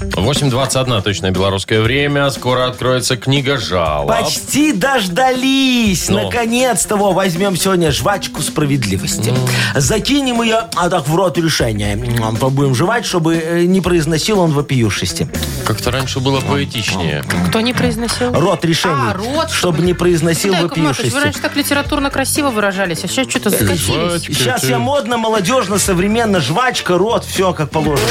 Speaker 2: 8.21 точное белорусское время. Скоро откроется книга жалоб.
Speaker 4: Почти дождались.
Speaker 2: Ну.
Speaker 4: Наконец-то во, возьмем сегодня жвачку справедливости. Закинем ее, а так в рот решение. М, Побудем жевать, чтобы э, не произносил он вопиюшести.
Speaker 2: Как-то раньше было поэтичнее.
Speaker 3: Кто не произносил?
Speaker 4: Рот решений.
Speaker 3: А, рот,
Speaker 4: чтобы
Speaker 3: чтобы-
Speaker 4: не произносил
Speaker 3: Ну Да, Яков Маркович, вы
Speaker 4: вопиюшести.
Speaker 3: раньше так литературно красиво выражались, а сейчас что-то закатились.
Speaker 4: Сейчас я модно, молодежно, современно, жвачка, рот, все как положено.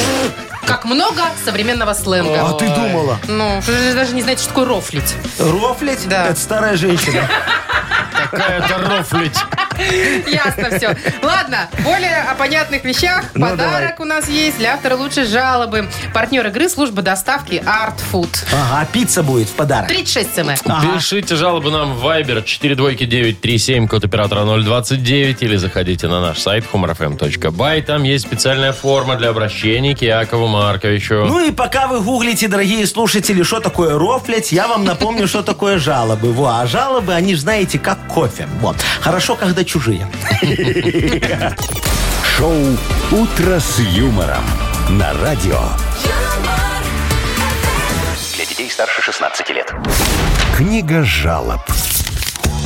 Speaker 3: Как много современного сленга.
Speaker 4: А ты думала?
Speaker 3: Ну, вы же даже не знаете, что такое рофлить.
Speaker 4: Рофлить?
Speaker 3: Да.
Speaker 4: Это старая женщина.
Speaker 2: Какая-то рофлить.
Speaker 3: Ясно все. Ладно, более о понятных вещах.
Speaker 4: Ну,
Speaker 3: Подарок у нас есть для автора лучшей жалобы. Партнер игры служба доставки Art Food.
Speaker 4: Ага, а пицца будет в подарок.
Speaker 3: 36 см.
Speaker 2: Пишите жалобы нам в Viber 42937, код оператора 029, или заходите на наш сайт humorfm.by. Там есть специальная форма для обращения к Якову Марковичу.
Speaker 4: Ну и пока вы гуглите, дорогие слушатели, что такое рофлять, я вам напомню, что такое жалобы. Во, а жалобы, они ж знаете, как кофе. Вот. Хорошо, когда чужие.
Speaker 1: Шоу «Утро с юмором». На радио.
Speaker 8: юмор,
Speaker 5: Для детей старше 16 лет.
Speaker 1: Книга жалоб.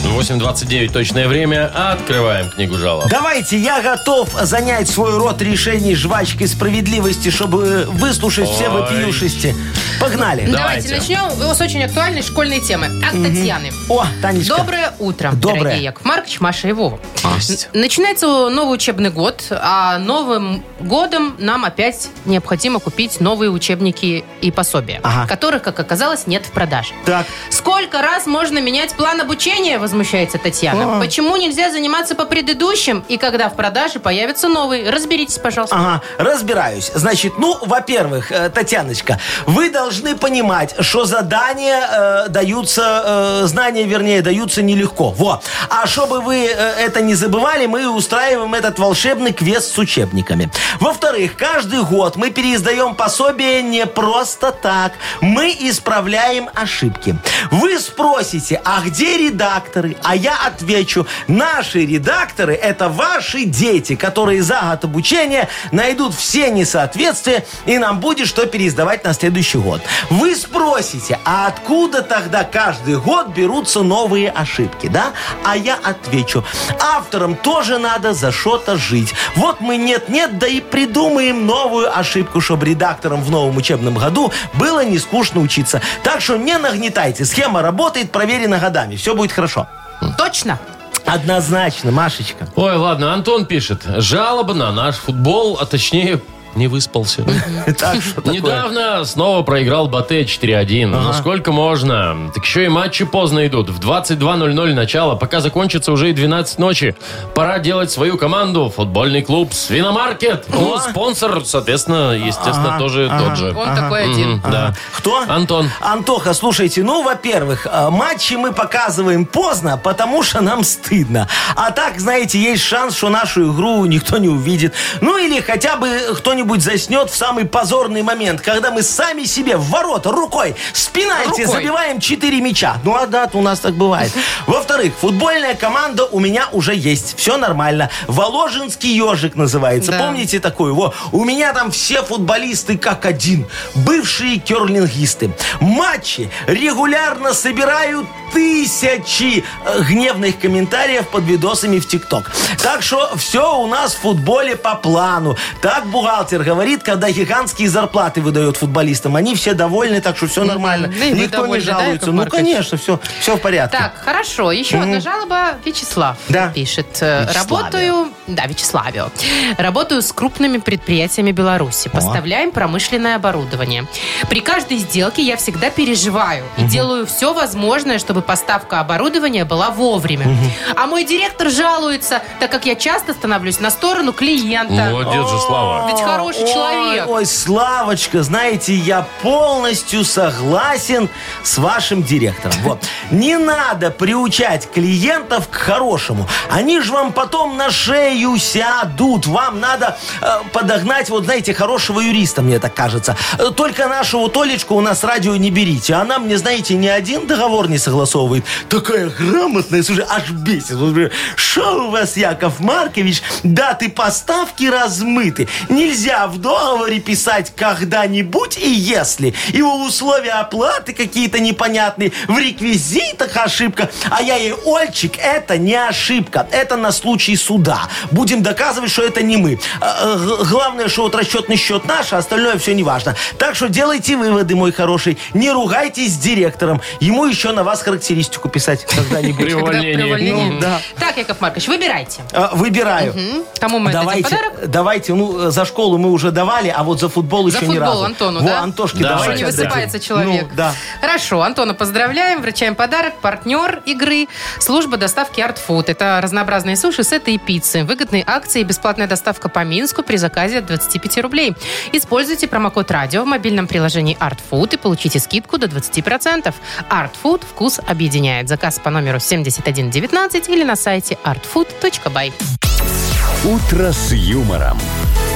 Speaker 2: 8.29 точное время. Открываем книгу жалоб.
Speaker 4: Давайте, я готов занять свой род решений жвачки справедливости, чтобы выслушать все
Speaker 2: Ой.
Speaker 4: вопиюшести. Погнали.
Speaker 3: Давайте
Speaker 2: Давайте.
Speaker 3: начнем с очень актуальной школьной темы. От Татьяны.
Speaker 4: О, Танечка.
Speaker 3: Доброе утро,
Speaker 4: Доброе.
Speaker 3: дорогие Яков Маркович, Маша и Вова. Н- Начинается новый учебный год, а новым годом нам опять необходимо купить новые учебники и пособия,
Speaker 4: Ага.
Speaker 3: которых, как оказалось, нет в продаже.
Speaker 4: Так,
Speaker 3: Сколько раз можно менять план обучения, возмущается Татьяна. Почему нельзя заниматься по предыдущим? И когда в продаже появится новый? Разберитесь, пожалуйста.
Speaker 4: Ага, разбираюсь. Значит, ну, во-первых, э, Татьяночка, вы должны понимать, что задания э, даются, э, знания, вернее, даются нелегко. Во. А чтобы вы э, это не забывали, мы устраиваем этот волшебный квест с учебниками. Во-вторых, каждый год мы переиздаем пособие не просто так. Мы исправляем ошибки. Вы спросите, а где редакторы? А я отвечу, наши редакторы – это ваши дети, которые за год обучения найдут все несоответствия, и нам будет что переиздавать на следующий год. Вы спросите, а откуда тогда каждый год берутся новые ошибки, да? А я отвечу, авторам тоже надо за что-то жить. Вот мы нет-нет, да и придумаем новую ошибку, чтобы редакторам в новом учебном году было не скучно учиться. Так что не нагнетайте, схема работает, проверена годами, все будет хорошо.
Speaker 3: Точно?
Speaker 4: Однозначно, Машечка.
Speaker 2: Ой, ладно, Антон пишет. Жалоба на наш футбол, а точнее не выспался.
Speaker 4: Так что такое.
Speaker 2: Недавно снова проиграл Батэ 4-1. Ну сколько можно? Так еще и матчи поздно идут. В 22.00 начало, пока закончится уже и 12 ночи. Пора делать свою команду. Футбольный клуб «Свиномаркет». Ну, спонсор, соответственно, естественно, тоже тот же.
Speaker 3: Он такой один.
Speaker 2: Да.
Speaker 4: Кто?
Speaker 2: Антон.
Speaker 4: Антоха, слушайте, ну, во-первых, э, матчи мы показываем поздно, потому что нам стыдно. А так, знаете, есть шанс, что нашу игру никто не увидит. Ну, или хотя бы кто кто-нибудь заснет в самый позорный момент, когда мы сами себе в ворота рукой с пенальти
Speaker 3: Рукой.
Speaker 4: забиваем 4 мяча. Ну а да, у нас так бывает. Во-вторых, футбольная команда у меня уже есть. Все нормально. Воложинский ежик называется.
Speaker 3: Да.
Speaker 4: Помните такую? Во. У меня там все футболисты как один. Бывшие керлингисты. Матчи регулярно собирают тысячи э, гневных комментариев под видосами в ТикТок. Так что все у нас в футболе по плану. Так бухгалтер говорит, когда гигантские зарплаты выдает футболистам. Они все довольны, так что все нормально.
Speaker 3: Да и вы
Speaker 4: Никто не
Speaker 3: довольны, да,
Speaker 4: жалуется.
Speaker 3: Яков
Speaker 4: ну,
Speaker 3: Маркович?
Speaker 4: конечно, все, все в порядке.
Speaker 3: Так, хорошо. Еще одна жалоба. Вячеслав
Speaker 4: Да.
Speaker 3: пишет. э,
Speaker 4: Вячеславио.
Speaker 3: Работаю... Да, Вячеславио. Работаю с крупными предприятиями Беларуси. Поставляем промышленное оборудование. При каждой сделке я всегда переживаю и делаю все возможное, чтобы поставка оборудования была вовремя. А мой директор жалуется, так как я часто становлюсь на сторону клиента.
Speaker 2: Молодец же, Слава.
Speaker 3: Ведь хороший
Speaker 4: Ой,
Speaker 3: человек.
Speaker 4: Ой, Славочка, знаете, я полностью согласен с вашим директором. Вот. Не надо приучать клиентов к хорошему. Они же вам потом на шею сядут. Вам надо э, подогнать, вот знаете, хорошего юриста, мне так кажется. Э, Только нашу Толечку у нас радио не берите. Она мне, знаете, ни один договор не согласовывает. Такая грамотная, слушай, аж бесит. Вот, например, Шо у вас, Яков Маркович, даты поставки размыты. Нельзя в договоре писать когда-нибудь и если. И у условия оплаты какие-то непонятные. В реквизитах ошибка. А я ей, Ольчик, это не ошибка. Это на случай суда. Будем доказывать, что это не мы. А, э, г- Главное, что вот расчетный счет наш, а остальное все не важно. Так что делайте выводы, мой хороший. Не ругайтесь с директором. Ему еще на вас характеристику писать когда-нибудь.
Speaker 2: При
Speaker 3: Когда при
Speaker 2: увольнении.
Speaker 3: увольнении.
Speaker 4: Ну, да.
Speaker 3: Так, Яков Маркович, выбирайте.
Speaker 4: А, Выбираю.
Speaker 3: М? Кому мы дадим
Speaker 4: Давайте,
Speaker 3: подарок?
Speaker 4: давайте, ну, э, за школу мы уже давали, а вот за футбол
Speaker 3: За
Speaker 4: еще не
Speaker 3: футбол
Speaker 4: разу.
Speaker 3: Антону,
Speaker 4: Во,
Speaker 3: да?
Speaker 4: Антошке
Speaker 2: Да.
Speaker 4: давайте
Speaker 3: Что не
Speaker 2: Давайте
Speaker 4: отдадим.
Speaker 3: высыпается человек.
Speaker 4: Ну, да.
Speaker 3: Хорошо, Антона поздравляем, вручаем подарок. Партнер игры – служба доставки Art Food. Это разнообразные суши, сеты и пиццы. Выгодные акции и бесплатная доставка по Минску при заказе от 25 рублей. Используйте промокод «Радио» в мобильном приложении Art Food и получите скидку до 20%. Art Food – вкус объединяет. Заказ по номеру 7119 или на сайте artfood.by.
Speaker 1: «Утро с юмором»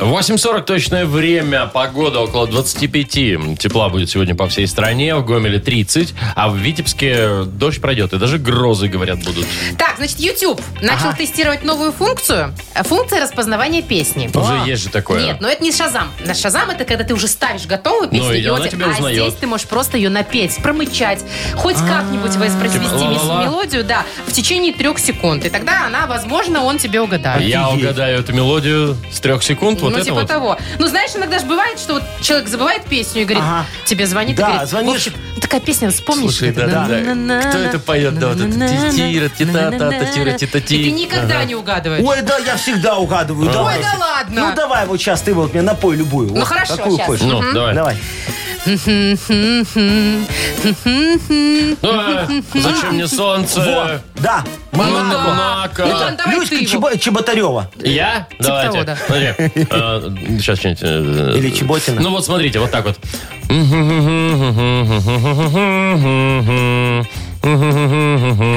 Speaker 2: 8.40 точное время. Погода около 25. Тепла будет сегодня по всей стране. В Гомеле 30. А в Витебске дождь пройдет. И даже грозы, говорят, будут.
Speaker 3: Так, значит, YouTube начал тестировать новую функцию. Э, Функция распознавания песни. А,
Speaker 2: Уже есть же такое.
Speaker 3: Нет, но это не Шазам. На Шазам это когда ты уже ставишь готовую песню,
Speaker 2: Ну, и
Speaker 3: он
Speaker 2: она
Speaker 3: тебе-
Speaker 2: тебя
Speaker 3: а
Speaker 2: узнает.
Speaker 3: здесь ты можешь просто ее напеть, промычать, хоть как-нибудь воспроизвести
Speaker 2: Типа
Speaker 3: мис-
Speaker 2: ла-ла-ла.
Speaker 3: мелодию, да, в течение трех секунд. И тогда она, возможно, он тебе угадает.
Speaker 2: А Я угадаю эту мелодию с трех секунд. Вот
Speaker 3: ну,
Speaker 2: это
Speaker 3: типа
Speaker 2: вот.
Speaker 3: того. Ну, знаешь, иногда же бывает, что вот человек забывает песню и говорит,
Speaker 4: Ага.
Speaker 3: тебе звонит и
Speaker 4: Да,
Speaker 3: говорит,
Speaker 4: звонишь.
Speaker 3: «Вовчик, такая песня, вспомнишь?
Speaker 2: Слушай,
Speaker 3: вот это?
Speaker 2: да, да.
Speaker 3: На-на-на-на,
Speaker 2: Кто это поет? Да, вот это
Speaker 3: на-на-на-на,
Speaker 2: титира, тита-та,
Speaker 3: на-на-на-на.
Speaker 2: татира, тита-ти.
Speaker 3: И ты никогда не угадываешь.
Speaker 4: Ой, да, я всегда угадываю.
Speaker 3: Ой,
Speaker 4: давай.
Speaker 3: да ладно.
Speaker 4: Ну, давай, вот сейчас ты вот мне напой любую.
Speaker 3: Ну,
Speaker 4: Вот,
Speaker 3: хорошо,
Speaker 4: какую
Speaker 3: щас.
Speaker 4: хочешь.
Speaker 2: Ну, давай.
Speaker 4: Давай.
Speaker 2: Ну, а, зачем мне солнце?
Speaker 4: Да. Монако.
Speaker 2: Монако.
Speaker 3: Ну, ладно, давай
Speaker 4: Люська
Speaker 3: ты его.
Speaker 4: Чебо- Чеботарева.
Speaker 2: Я?
Speaker 3: того,
Speaker 2: Давайте.
Speaker 3: да.
Speaker 2: Сейчас что-нибудь. э,
Speaker 4: Или Чеботина.
Speaker 2: Ну вот смотрите, вот так вот.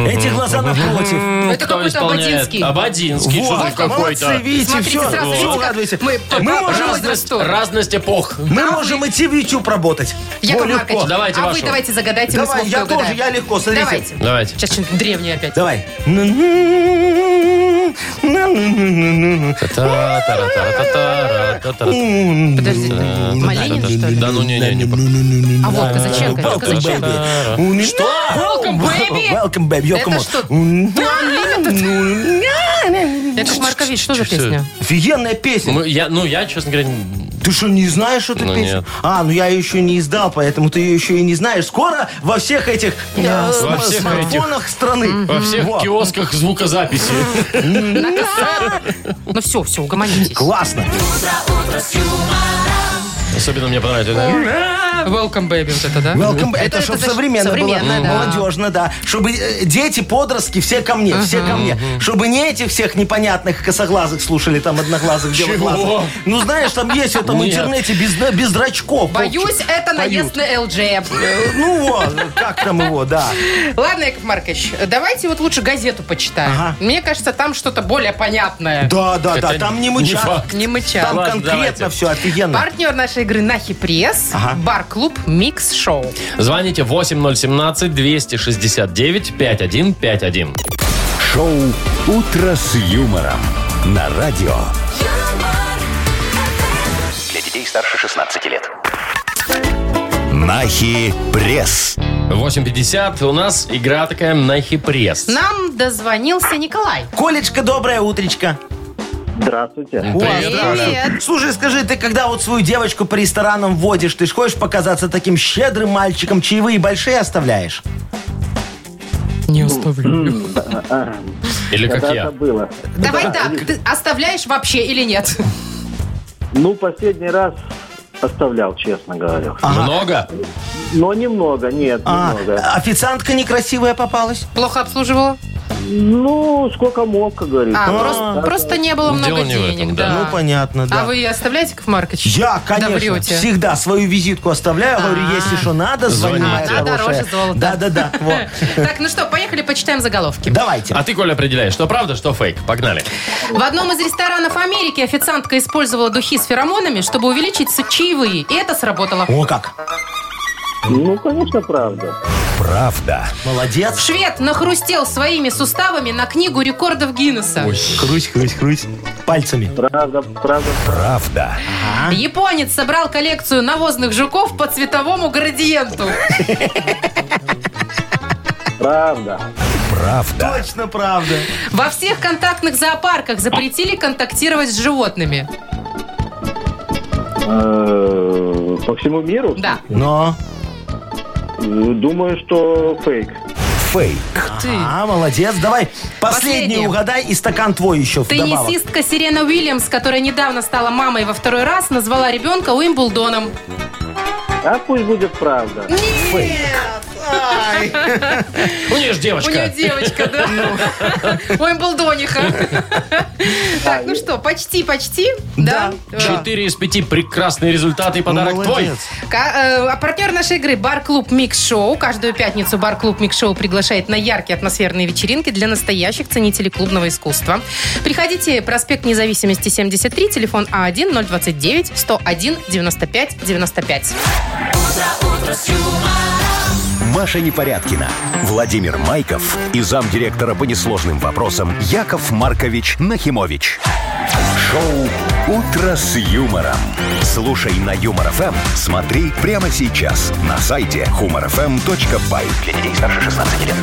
Speaker 4: Эти глаза напротив.
Speaker 3: Это
Speaker 2: Кто
Speaker 3: какой-то
Speaker 2: исполняет?
Speaker 3: Ободинский.
Speaker 2: Ободинский, что
Speaker 4: Вот,
Speaker 2: ты какой-то.
Speaker 4: молодцы, видите,
Speaker 3: Смотрите,
Speaker 4: все,
Speaker 3: сразу видите,
Speaker 4: все
Speaker 3: как
Speaker 4: угадывайте.
Speaker 3: мы по- по-
Speaker 4: можем,
Speaker 3: по-
Speaker 2: Разность,
Speaker 3: Возраст.
Speaker 2: разность эпох.
Speaker 4: мы можем идти в YouTube работать.
Speaker 3: Яков
Speaker 4: О, легко.
Speaker 3: Маркович,
Speaker 2: Давайте
Speaker 3: а
Speaker 2: вашу.
Speaker 3: вы давайте загадайте, мы с
Speaker 4: Давай,
Speaker 3: Вовкой
Speaker 4: я тоже,
Speaker 3: угадаем.
Speaker 4: я легко, смотрите.
Speaker 3: Давайте.
Speaker 2: Давайте.
Speaker 3: Сейчас что-нибудь древнее опять.
Speaker 4: Давай.
Speaker 2: Та-та-ра-та-та-та-ра-та-та-ра.
Speaker 3: Подожди, Малинин, что ли?
Speaker 2: Да ну не-не-не.
Speaker 3: А Вовка зачем? Вовка
Speaker 4: Welcome,
Speaker 3: зачем?
Speaker 4: baby. Что?
Speaker 3: Welcome, baby?
Speaker 4: Welcome, baby. Yo,
Speaker 3: Это
Speaker 4: come on.
Speaker 3: что? Яков Маркович, что за
Speaker 2: Чё-
Speaker 3: песня?
Speaker 4: Офигенная песня.
Speaker 2: Ну, я- Ну, я, честно говоря,
Speaker 4: Ты что, не знаешь эту
Speaker 2: Ну,
Speaker 4: песню?
Speaker 2: нет.
Speaker 4: А, ну я ее еще не издал, поэтому ты ее еще и не знаешь. Скоро во всех этих э,
Speaker 2: Во
Speaker 4: см-
Speaker 2: всех
Speaker 4: смартфонах страны.
Speaker 2: во всех
Speaker 4: Во.
Speaker 2: киосках звукозаписи.
Speaker 3: Ну все, все, угомонитесь.
Speaker 4: Классно.
Speaker 2: Особенно мне понравилось.
Speaker 3: Welcome, baby, вот это, да?
Speaker 4: Welcome. Это,
Speaker 3: это
Speaker 4: чтобы
Speaker 3: за-
Speaker 4: современно,
Speaker 3: современно,
Speaker 4: было.
Speaker 3: да.
Speaker 4: Молодежно, да. Чтобы э, дети, подростки, все ко мне, все ко мне. Чтобы не этих всех непонятных косоглазых слушали, там, одноглазых, белоглазых. Ну, знаешь, там есть в этом
Speaker 2: Нет.
Speaker 4: интернете без, без зрачков.
Speaker 3: Боюсь,
Speaker 4: Вовчик.
Speaker 3: это наезд
Speaker 4: Поют.
Speaker 3: на LG.
Speaker 4: Э, Ну вот, как там его, да.
Speaker 3: Ладно, Яков Маркович, давайте вот лучше газету почитаем.
Speaker 4: Ага.
Speaker 3: Мне кажется, там что-то более понятное.
Speaker 4: Да, да, да, там не мычат.
Speaker 2: факт.
Speaker 3: Не мычал.
Speaker 4: Там
Speaker 2: Ладно, давайте.
Speaker 4: конкретно все офигенно.
Speaker 3: Партнер нашей игры Нахи Пресс,
Speaker 4: Ага.
Speaker 3: бар-клуб Микс Шоу.
Speaker 2: Звоните 8017-269-5151.
Speaker 1: Шоу «Утро с юмором» на радио.
Speaker 5: Для детей старше 16 лет.
Speaker 1: Нахи пресс.
Speaker 2: 8.50. У нас игра такая на хипресс.
Speaker 3: Нам дозвонился Николай.
Speaker 4: Колечка, доброе утречко. Ну,
Speaker 6: Здравствуйте.
Speaker 2: Привет, Коля.
Speaker 3: Привет.
Speaker 4: Слушай, скажи, ты когда вот свою девочку по ресторанам водишь, ты ж хочешь показаться таким щедрым мальчиком, чаевые большие оставляешь?
Speaker 3: Не оставлю.
Speaker 2: Или как я.
Speaker 6: было.
Speaker 3: Давай так, ты оставляешь вообще или нет?
Speaker 6: Ну, последний раз оставлял, честно говоря.
Speaker 2: А. Много?
Speaker 6: Но немного, нет,
Speaker 2: Ну,
Speaker 4: А,
Speaker 6: немного.
Speaker 4: официантка некрасивая попалась?
Speaker 3: Плохо обслуживала?
Speaker 6: Ну, сколько мог, как говорится.
Speaker 3: А, просто, просто не было
Speaker 2: Дело
Speaker 3: много
Speaker 2: не в этом,
Speaker 3: денег.
Speaker 2: да.
Speaker 3: да.
Speaker 4: Ну, понятно, да.
Speaker 3: А вы оставляете, Яков Маркович?
Speaker 4: Я, конечно,
Speaker 3: Добрете.
Speaker 4: всегда свою визитку оставляю, говорю, если что надо, звони, моя
Speaker 2: Звоните.
Speaker 3: А. Она
Speaker 4: хорошая.
Speaker 3: дороже золота.
Speaker 4: Да-да-да, вот.
Speaker 3: Так, ну что, поехали, почитаем заголовки.
Speaker 4: Давайте.
Speaker 2: А ты, Коля, определяешь, что правда, что фейк. Погнали.
Speaker 3: В одном из ресторанов Америки официантка использовала духи с феромонами, чтобы увеличить с- чаевые. И это сработало.
Speaker 4: О, как.
Speaker 6: Ну, конечно, правда.
Speaker 1: Правда.
Speaker 4: Молодец.
Speaker 3: Швед нахрустел своими суставами на книгу рекордов Гиннесса.
Speaker 4: Хрусь, хрусь, хрусь. Пальцами.
Speaker 6: Правда, правда.
Speaker 1: Правда.
Speaker 4: А?
Speaker 3: Японец собрал коллекцию навозных жуков по цветовому градиенту.
Speaker 6: Правда.
Speaker 1: Правда.
Speaker 4: Точно правда.
Speaker 3: Во всех контактных зоопарках запретили контактировать с животными.
Speaker 6: Э, По всему миру?
Speaker 3: Да.
Speaker 4: Но.
Speaker 6: Э, Думаю, что фейк.
Speaker 1: Фейк.
Speaker 3: Ты.
Speaker 4: А, молодец. Давай последний
Speaker 3: Последний.
Speaker 4: угадай и стакан твой еще вдобавок.
Speaker 3: Теннисистка Сирена Уильямс, которая недавно стала мамой во второй раз, назвала ребенка Уимблдоном.
Speaker 6: А пусть будет правда.
Speaker 4: Ай.
Speaker 2: У нее же
Speaker 3: У нее
Speaker 2: девочка.
Speaker 3: девочка, да. Уимблдониха. Так, ну что, почти, почти. Да. Э,
Speaker 2: Четыре из пяти прекрасные результаты и подарок
Speaker 4: Ну,
Speaker 2: твой.
Speaker 4: молодец.
Speaker 3: Ка- э, А партнер нашей игры Бар-клуб Микс Шоу. Каждую пятницу Бар-клуб Микс Шоу приглашает на яркие атмосферные вечеринки для настоящих ценителей клубного искусства. Приходите, проспект Независимости 73, телефон А А1 029 101 95 95.
Speaker 1: Маша Непорядкина, Владимир Майков и замдиректора по несложным вопросам Яков Маркович Нахимович. Шоу «Утро с юмором». Слушай на Юмор ФМ, смотри прямо сейчас на сайте humorfm.by. Для детей старше 16 лет.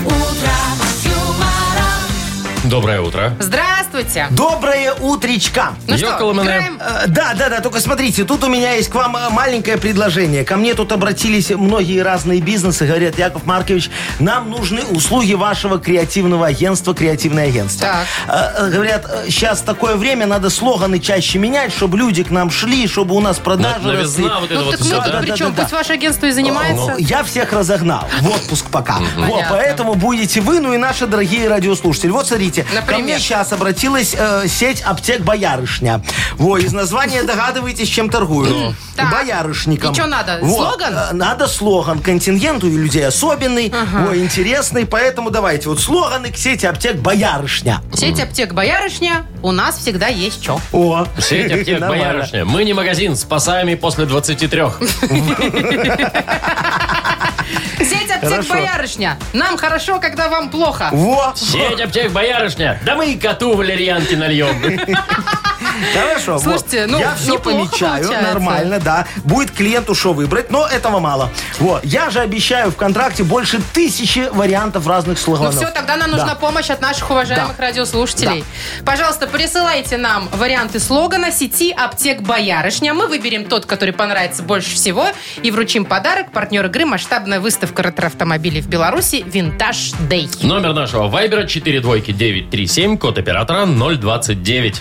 Speaker 2: Доброе утро.
Speaker 3: Здравствуйте.
Speaker 4: Доброе утречка.
Speaker 3: Ну что,
Speaker 2: Йоколо Мене.
Speaker 3: играем?
Speaker 4: Э, Да, да, да, только смотрите, тут у меня есть к вам э, маленькое предложение. Ко мне тут обратились многие разные бизнесы, говорят, Яков Маркович, нам нужны услуги вашего креативного агентства, креативное агентство.
Speaker 3: Так.
Speaker 4: Э, э, Говорят, сейчас такое время, надо слоганы чаще менять, чтобы люди к нам шли, чтобы у нас
Speaker 2: На-
Speaker 4: продажи росли.
Speaker 2: Новизна вот это
Speaker 3: Ну
Speaker 2: вот
Speaker 3: так
Speaker 2: всё,
Speaker 3: мы
Speaker 4: да,
Speaker 3: тут
Speaker 4: да,
Speaker 3: при
Speaker 4: да,
Speaker 3: чем?
Speaker 4: да.
Speaker 3: Пусть ваше агентство и занимается.
Speaker 4: Ну, Я всех разогнал в отпуск пока. Вот,
Speaker 3: Понятно.
Speaker 4: поэтому будете вы, ну и наши дорогие радиослушатели. Вот смотрите, ко
Speaker 3: Например?
Speaker 4: мне сейчас обратилась э, сеть аптек Боярышня. Во, из названия догадываетесь, чем торгую. Ну,
Speaker 3: Так.
Speaker 4: Боярышником.
Speaker 3: И чё надо, слоган?
Speaker 4: э, Надо слоган. Контингент у людей особенный, во, интересный. Поэтому давайте вот слоганы к сети аптек Боярышня.
Speaker 3: Сеть аптек «Боярышня» у нас всегда есть чё.
Speaker 4: О,
Speaker 2: Сеть аптек
Speaker 4: нормально.
Speaker 2: «Боярышня». Мы не магазин, спасаем и после 23.
Speaker 3: Сеть аптек
Speaker 4: Хорошо.
Speaker 3: «Боярышня». Нам хорошо, когда вам плохо.
Speaker 4: Во,
Speaker 2: Сеть аптек «Боярышня». Да мы и коту валерьянки нальем.
Speaker 4: Хорошо. вот.
Speaker 3: Слушайте, ну,
Speaker 4: я все
Speaker 3: неплохо
Speaker 4: помечаю,
Speaker 3: получается.
Speaker 4: нормально, да. Будет клиенту что выбрать, но этого мало. Вот, я же обещаю в контракте больше тысячи вариантов разных
Speaker 3: Ну
Speaker 4: слоганов.
Speaker 3: все, тогда нам нужна
Speaker 4: Да.
Speaker 3: помощь от наших уважаемых радиослушателей. Пожалуйста, присылайте нам варианты слогана сети аптек «Боярышня». Мы выберем тот, который понравится больше всего и вручим подарок. Партнер игры – масштабная выставка ретроавтомобилей в Беларуси «Винтаж Дэй».
Speaker 2: Номер нашего вайбера 42937, код оператора 029.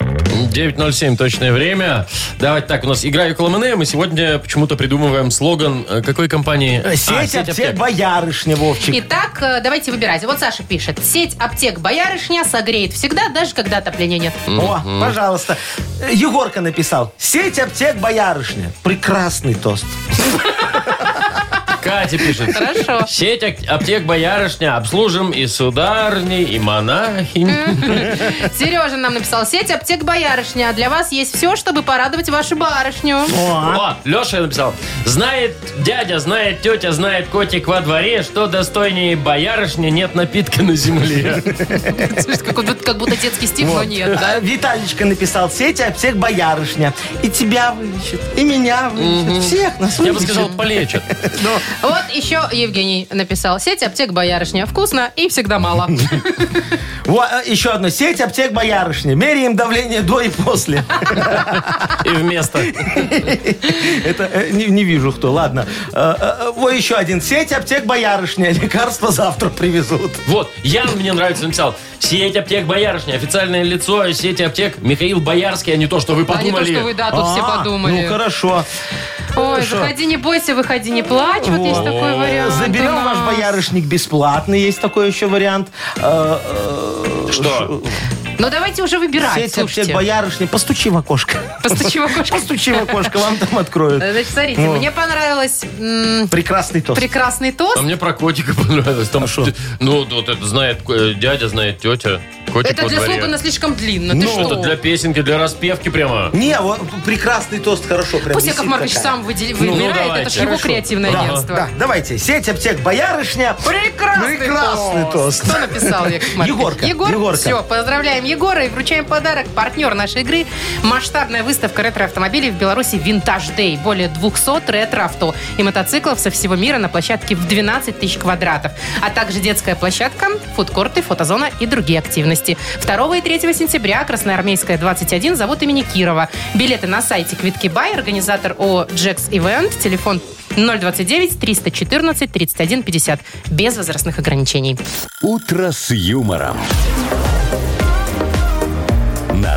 Speaker 2: 9.07 точное время. Давайте так, у нас игра около МН. Мы сегодня почему-то придумываем слоган э, какой компании?
Speaker 4: Э, Сеть,
Speaker 2: А,
Speaker 4: аптек, боярышня, Вовчик.
Speaker 3: Итак, э, давайте выбирать. Вот Саша пишет. Сеть аптек «Боярышня» согреет всегда, даже когда отопления нет.
Speaker 4: О, пожалуйста. Э, Егорка написал. Сеть аптек боярышня. Прекрасный тост.
Speaker 2: Катя пишет.
Speaker 3: Хорошо.
Speaker 2: Сеть ак- аптек боярышня. Обслужим и сударни, и монахинь.
Speaker 3: Сережа нам написал. Сеть аптек «Боярышня». Для вас есть все, чтобы порадовать вашу барышню.
Speaker 2: О, Леша написал. Знает дядя, знает тетя, знает котик во дворе, что достойнее боярышни нет напитка на земле.
Speaker 3: Слушайте, как будто, как будто детский стих, но нет. да?
Speaker 4: А, Виталичка написал. Сеть аптек боярышня. И тебя вылечит, и меня вылечит. Всех нас
Speaker 2: Я бы
Speaker 4: вылечит.
Speaker 2: сказал, полечат.
Speaker 3: Вот еще Евгений написал. Сеть аптек «Боярышня». Вкусно и всегда мало.
Speaker 4: Во, э, еще одно. Сеть аптек боярышня. Меряем давление до и после.
Speaker 2: И вместо.
Speaker 4: Это э, не, не вижу кто. Ладно. Э, э, Во, еще один. Сеть аптек боярышня. Лекарства завтра привезут.
Speaker 2: Вот, Ян мне нравится написал. Сеть аптек боярышня. Официальное лицо сети аптек Михаил Боярский, а не то, что вы
Speaker 3: А не то, что
Speaker 2: подумали.
Speaker 3: вы, да, тут все
Speaker 4: А, Ну,
Speaker 3: подумали.
Speaker 4: хорошо.
Speaker 3: Ой,
Speaker 4: хорошо.
Speaker 3: выходи, не бойся, выходи, не плачь. Вот есть такой вариант. у
Speaker 4: Э, Заберем
Speaker 3: нас.
Speaker 4: ваш боярышник бесплатно. Есть такой еще вариант. Э, э,
Speaker 2: Что?
Speaker 3: Ну, давайте уже выбирать,
Speaker 4: Сеть аптек
Speaker 3: слушайте.
Speaker 4: боярышни. Постучи в окошко.
Speaker 3: Постучи в окошко.
Speaker 4: Постучи в окошко, вам там откроют.
Speaker 3: Значит, смотрите,
Speaker 4: Ну.
Speaker 3: мне понравилось м,
Speaker 4: Прекрасный тост.
Speaker 3: прекрасный
Speaker 2: А
Speaker 3: тост.
Speaker 2: мне про котика понравилось. Там,
Speaker 4: шо?
Speaker 2: т- ну, вот это знает э, дядя, знает тетя. Котик
Speaker 3: Это
Speaker 2: во
Speaker 3: для
Speaker 2: дворе.
Speaker 3: слогана слишком длинно. А Ты
Speaker 2: Ну, это для
Speaker 3: что?
Speaker 2: песенки, для распевки прямо.
Speaker 4: Не, вот прекрасный тост, хорошо. прям
Speaker 3: Пусть Яков
Speaker 4: висит
Speaker 3: Маркович
Speaker 4: такая.
Speaker 3: сам выдел-
Speaker 2: Ну,
Speaker 3: выбирает,
Speaker 2: давайте.
Speaker 3: это же его
Speaker 2: Хорошо.
Speaker 3: креативное
Speaker 2: Да,
Speaker 4: Да,
Speaker 3: агентство.
Speaker 4: давайте. Сеть аптек боярышня.
Speaker 3: Прекрасный,
Speaker 4: Прекрасный тост.
Speaker 3: Кто написал, Яков Маркович?
Speaker 4: Егорка,
Speaker 3: Егор?
Speaker 4: Егорка.
Speaker 3: Все, поздравляем Егора и вручаем подарок. Партнер нашей игры – масштабная выставка ретро-автомобилей в Беларуси «Винтаж Дэй». Более 200 ретро-авто и мотоциклов со всего мира на площадке в 12 тысяч квадратов. А также детская площадка, фудкорты, фотозона и другие активности. 2 и 3 сентября Красноармейская, 21, завод имени Кирова. Билеты на сайте Квитки Бай, организатор ООО «Джекс Ивент», телефон 029 314 31 50 без возрастных ограничений.
Speaker 1: Утро с юмором. На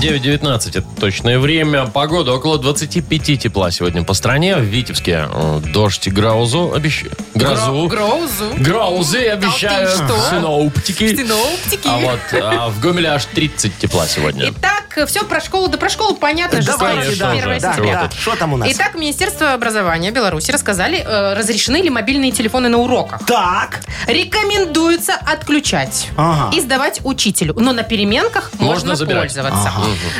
Speaker 2: 9.19 это точное время. Погода около 25 тепла сегодня по стране. В Витебске э, дождь и грозу обещают. Грозу.
Speaker 3: Гроузу.
Speaker 2: Грозы обещают
Speaker 3: ты что?
Speaker 2: синоптики.
Speaker 3: Синоптики.
Speaker 2: А вот а в Гомеле аж 30 тепла сегодня.
Speaker 3: Итак, все про школу, да про школу понятно, же
Speaker 2: Давайте,
Speaker 3: скоро
Speaker 2: да,
Speaker 3: 1
Speaker 2: да,
Speaker 3: сентября.
Speaker 2: да.
Speaker 4: Что там у нас?
Speaker 3: Итак, Министерство образования Беларуси рассказали, э, разрешены ли мобильные телефоны на уроках.
Speaker 4: Так.
Speaker 3: Рекомендуется отключать
Speaker 4: Ага.
Speaker 3: и сдавать учителю. Но на переменках
Speaker 2: Можно
Speaker 3: можно,
Speaker 2: забирать.
Speaker 3: пользоваться.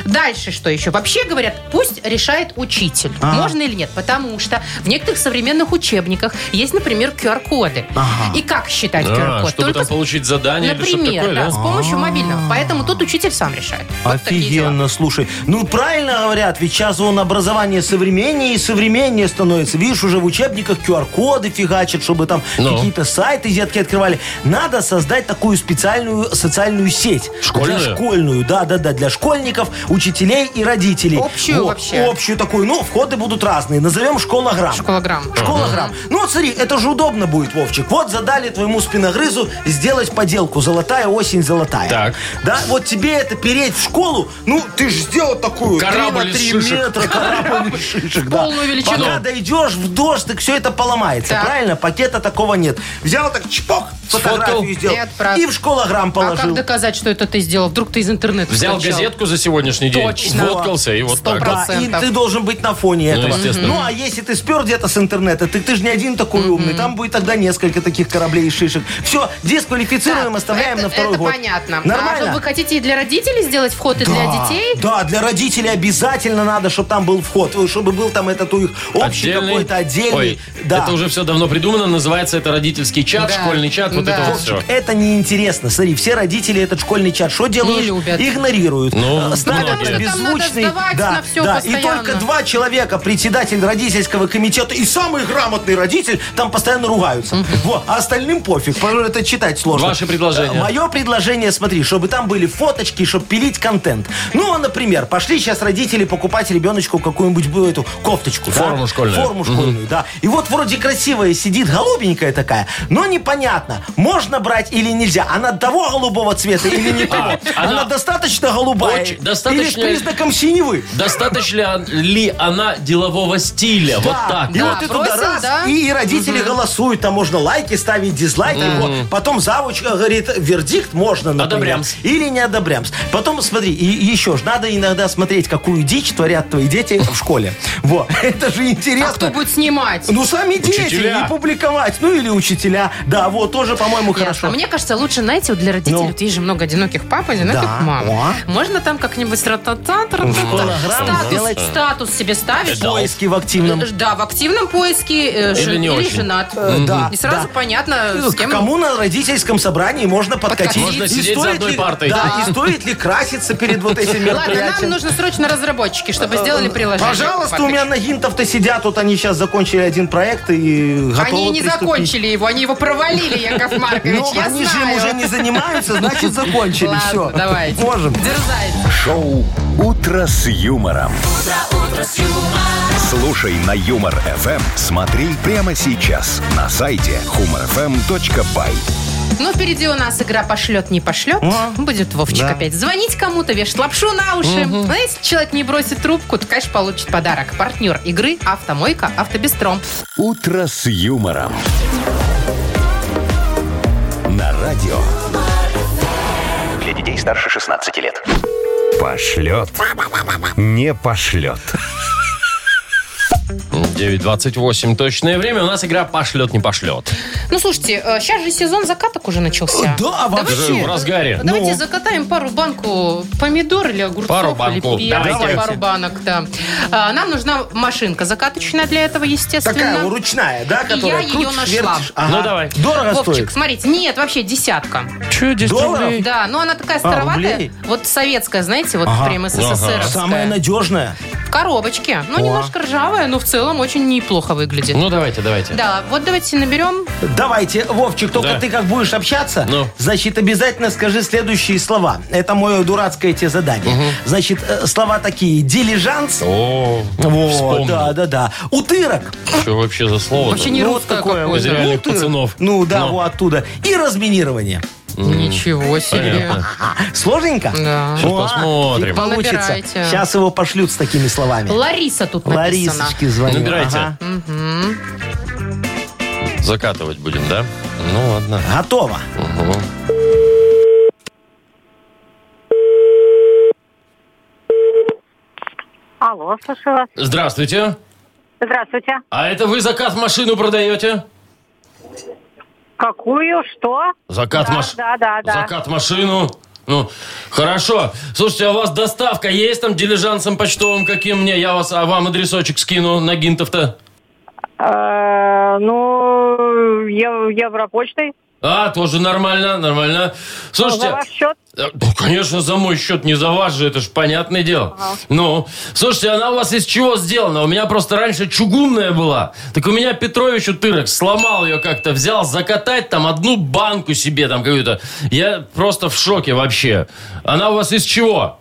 Speaker 3: Дальше что еще? Вообще говорят, пусть решает учитель,
Speaker 4: Ага.
Speaker 3: можно или нет. Потому что в некоторых современных учебниках есть, например, QR-коды.
Speaker 4: Ага.
Speaker 3: И как считать
Speaker 2: А,
Speaker 3: QR-код?
Speaker 2: чтобы
Speaker 3: Только
Speaker 2: там
Speaker 3: с-
Speaker 2: получить задание или А, что-то
Speaker 3: Например,
Speaker 2: такое,
Speaker 3: да,
Speaker 2: да? А.
Speaker 3: с помощью мобильного. Поэтому тут учитель сам решает. Вот такие дела.
Speaker 4: Офигенно, слушай. Ну, правильно говорят, ведь сейчас он образование современнее и современнее становится. Видишь, уже в учебниках QR-коды фигачат, чтобы там
Speaker 2: Ну.
Speaker 4: какие-то сайты детки открывали. Надо создать такую специальную социальную сеть.
Speaker 2: Школьную?
Speaker 4: Для школьную, да-да-да, для школьников, учителей и родителей.
Speaker 3: Общую вообще?
Speaker 4: Общую такую. Ну, входы будут разные. Назовем школограмм.
Speaker 3: Школограмм.
Speaker 4: Школограмм. Ну вот смотри, это же удобно будет, Вовчик. Вот задали твоему спиногрызу сделать поделку. Золотая осень, золотая.
Speaker 2: Так.
Speaker 4: Да, вот тебе это переть в школу. Ну, ты же сделал такую. три
Speaker 2: Корабль
Speaker 4: на
Speaker 2: из
Speaker 4: 3
Speaker 2: шишек.
Speaker 4: метра корабль из шишек. да.
Speaker 3: полную величину.
Speaker 4: Пока дойдешь в дождь, так все это поломается.
Speaker 3: Так.
Speaker 4: Правильно? Пакета такого нет. Взял так, чпок,
Speaker 2: Сфоткал.
Speaker 4: фотографию сделал.
Speaker 3: И отправил.
Speaker 4: И в школограмм
Speaker 3: А как
Speaker 4: положил.
Speaker 3: доказать, что это ты сделал? Вдруг ты из интернета
Speaker 2: Взял
Speaker 3: скачал?
Speaker 2: газетку за сегодняшний день,
Speaker 3: Точно.
Speaker 2: сфоткался и вот так вот.
Speaker 4: Да, и
Speaker 3: процентов.
Speaker 4: ты должен быть на фоне
Speaker 2: Ну,
Speaker 4: этого.
Speaker 2: естественно.
Speaker 4: Ну, а если ты спер где-то с интернета, ты, ты же не один такой умный. Там будет тогда несколько таких кораблей и шишек. Все, дисквалифицируем,
Speaker 3: Так,
Speaker 4: оставляем
Speaker 3: это,
Speaker 4: на второй
Speaker 3: это
Speaker 4: год.
Speaker 3: понятно. А
Speaker 4: Нормально?
Speaker 3: вы хотите и для родителей сделать вход, и для
Speaker 4: Да,
Speaker 3: детей? А
Speaker 4: Да, для родителей обязательно надо, чтобы там был вход, э, чтобы был там этот у их общий
Speaker 2: Отдельный.
Speaker 4: какой-то отдельный.
Speaker 2: Ой,
Speaker 4: да.
Speaker 2: Это уже все давно придумано. Называется это родительский чат,
Speaker 3: Да.
Speaker 2: школьный чат. Вот
Speaker 3: Да.
Speaker 2: это вот все.
Speaker 4: Вовчик, это неинтересно. Смотри, все родители этот школьный чат что делают?
Speaker 3: любят.
Speaker 4: Игнорируют.
Speaker 2: Ну,
Speaker 4: Э, Ставят
Speaker 2: многие.
Speaker 4: на
Speaker 2: Потому
Speaker 3: что там надо
Speaker 4: беззвучный.
Speaker 3: сдавать
Speaker 4: да,
Speaker 3: на всё
Speaker 4: да. И
Speaker 3: постоянно.
Speaker 4: только два человека, председатель родительского комитета и самый грамотный родитель, там постоянно ругаются. Вот. А остальным пофиг, потому что это читать сложно. Э,
Speaker 2: Ваши предложения.
Speaker 4: Мое предложение, смотри, чтобы там были фоточки, чтобы пилить контент. Ну, а, например, пошли сейчас родители покупать ребеночку какую-нибудь б- эту кофточку. да?
Speaker 2: Форму школьную.
Speaker 4: Форму школьную, да. И вот вроде красивая сидит, голубенькая такая, но непонятно, можно брать или нельзя. Она того голубого цвета или не того.
Speaker 2: А, она-
Speaker 4: Она достаточно голубая.
Speaker 2: Очень- достаточно-
Speaker 4: Или с признаком синевы.
Speaker 2: Достаточно ли она делового стиля? Вот
Speaker 4: Да.
Speaker 2: так.
Speaker 4: И
Speaker 3: Да,
Speaker 4: вот ты туда
Speaker 3: бросил,
Speaker 4: раз,
Speaker 3: да.
Speaker 4: и родители голосуют, там можно лайки ставить, дизлайки. вот. Потом завуч э, говорит, вердикт можно, например.
Speaker 2: Одобрямс.
Speaker 4: Или не одобрямс. Потом, смотри, и еще ж, надо иногда смотреть, какую дичь творят твои дети в школе. Вот, это же
Speaker 3: А кто
Speaker 4: интересно.
Speaker 3: будет снимать?
Speaker 4: Ну, сами дети,
Speaker 2: Учителя.
Speaker 4: и публиковать. Ну, или учителя. Да, вот, тоже, по-моему,
Speaker 3: Ясно.
Speaker 4: хорошо.
Speaker 3: Мне кажется, лучше, знаете, вот для родителей,
Speaker 4: Ну.
Speaker 3: вот есть же много одиноких пап, а одиноких
Speaker 4: Да.
Speaker 3: мам.
Speaker 4: О.
Speaker 3: Можно там как-нибудь тра-та-та, тра-та-та.
Speaker 4: Голограмму
Speaker 3: статус,
Speaker 4: сделать.
Speaker 3: статус себе ставишь.
Speaker 4: Э, Поиски в активном.
Speaker 3: Э, Да, в активном поиске э, жен-
Speaker 2: не
Speaker 3: или
Speaker 2: очень.
Speaker 3: женат.
Speaker 4: Э, да,
Speaker 3: И сразу
Speaker 4: да.
Speaker 3: понятно,
Speaker 4: Э,
Speaker 3: с
Speaker 4: К
Speaker 3: кем...
Speaker 4: кому на родительском собрании можно подкатить.
Speaker 3: Можно
Speaker 4: И
Speaker 2: сидеть за
Speaker 4: стоит
Speaker 2: одной
Speaker 4: ли-
Speaker 2: партой.
Speaker 4: Да, и стоит ли краситься перед вот этим мероприятием.
Speaker 3: Ладно, нам нужно срочно разработчики, чтобы сделали приложение.
Speaker 4: Э, Пожалуйста,
Speaker 3: Яков
Speaker 4: у меня на гинтов-то сидят, вот они сейчас закончили один проект и
Speaker 3: Маркович.
Speaker 4: готовы
Speaker 3: Они не
Speaker 4: приступить.
Speaker 3: закончили его, они его провалили, Яков Маркович,
Speaker 4: Ну,
Speaker 3: я
Speaker 4: они же им
Speaker 3: знаю.
Speaker 4: уже не занимаются, значит, закончили.
Speaker 3: Ладно,
Speaker 4: Все.
Speaker 3: давайте.
Speaker 4: Можем.
Speaker 3: Дерзайте.
Speaker 1: Шоу «Утро с юмором». Слушай на Юмор ФМ. Смотри прямо сейчас на сайте humorfm.by.
Speaker 3: Ну, впереди у нас игра «Пошлет, не пошлет». Будет Вовчик
Speaker 4: Да.
Speaker 3: опять звонить кому-то, вешать лапшу на уши. Ну, а если человек не бросит трубку, то, конечно, получит подарок. Партнер игры «Автомойка Автобестром».
Speaker 1: «Утро с юмором». На радио
Speaker 5: Для детей старше 16 лет.
Speaker 8: Пошлет. Не пошлет.
Speaker 2: 9.28 точное время. У нас игра пошлет, не пошлет.
Speaker 3: Ну, слушайте, сейчас же сезон закаток уже начался.
Speaker 4: Э, Да,
Speaker 2: Уже в
Speaker 4: А вообще.
Speaker 2: разгаре.
Speaker 3: Давайте закатаем пару банку помидор или огурцов.
Speaker 2: Пару
Speaker 3: или
Speaker 2: банков,
Speaker 3: перца,
Speaker 2: давайте.
Speaker 3: пару банок, да. А, нам нужна машинка закаточная для этого, естественно.
Speaker 4: Такая вот ручная, да, которая
Speaker 3: ее
Speaker 4: крутишь,
Speaker 3: нашла.
Speaker 4: вертишь.
Speaker 2: Ну, давай.
Speaker 4: Дорого
Speaker 3: Вовчик,
Speaker 4: стоит.
Speaker 3: смотрите, нет, вообще десятка.
Speaker 2: Че, 10
Speaker 4: Долларов?
Speaker 2: рублей?
Speaker 3: Да, но она
Speaker 2: А,
Speaker 3: такая староватая.
Speaker 4: рублей?
Speaker 3: вот советская, знаете, вот
Speaker 4: Ага.
Speaker 3: прям СССР.
Speaker 4: Самая надежная.
Speaker 3: В коробочке. Ну, немножко ржавая, но в целом очень неплохо выглядит.
Speaker 2: Ну, давайте, давайте.
Speaker 3: Да, вот давайте наберем.
Speaker 4: Давайте, Вовчик, только
Speaker 2: Да.
Speaker 4: ты как будешь общаться,
Speaker 2: Ну.
Speaker 4: значит, обязательно скажи следующие слова. Это мое дурацкое тебе задание. Значит, э, слова такие. Дилижанс.
Speaker 2: О,
Speaker 4: Вот,
Speaker 2: вспомнил.
Speaker 4: да, да, да. Утырок.
Speaker 2: Что вообще за слово?
Speaker 3: Вообще А не
Speaker 4: Ну, вот
Speaker 3: русское
Speaker 4: такое
Speaker 3: какое-то.
Speaker 2: Из реальных
Speaker 4: Ну, ты-
Speaker 2: пацанов.
Speaker 4: Ну да,
Speaker 2: Но.
Speaker 4: вот оттуда. И разминирование.
Speaker 3: Ничего себе.
Speaker 2: Понятно.
Speaker 4: Сложненько?
Speaker 3: Да.
Speaker 2: Сейчас посмотрим.
Speaker 4: Получится.
Speaker 3: Понабирайте.
Speaker 4: Сейчас его пошлют с такими словами.
Speaker 3: Лариса тут написана.
Speaker 4: Ларисочки звоню.
Speaker 2: Набирайте.
Speaker 4: Ага.
Speaker 2: Закатывать будем, да? Ну, ладно.
Speaker 4: Готово.
Speaker 2: Угу.
Speaker 9: Алло, слушаю вас.
Speaker 2: Здравствуйте.
Speaker 9: Здравствуйте.
Speaker 2: А это вы закат машину продаете?
Speaker 9: Какую? Что?
Speaker 2: Закат
Speaker 9: Да,
Speaker 2: машину.
Speaker 9: да, да, да.
Speaker 2: Закат машину. Ну, хорошо. Слушайте, а у вас доставка есть там дилижансом почтовым каким мне? Я вас, а вам адресочек скину на гинтов-то.
Speaker 9: Э, ну, ев- Европочтой.
Speaker 2: А, тоже нормально, нормально. Слушайте,
Speaker 9: За ваш счет?
Speaker 2: э, ну, конечно, за мой счет, не за ваш же, это же понятное дело. Ну, слушайте, она у вас из чего сделана? У меня просто раньше чугунная была. Так у меня Петрович Утырок сломал ее как-то, взял закатать там одну банку себе там какую-то. Я просто в шоке вообще. Она у вас из чего?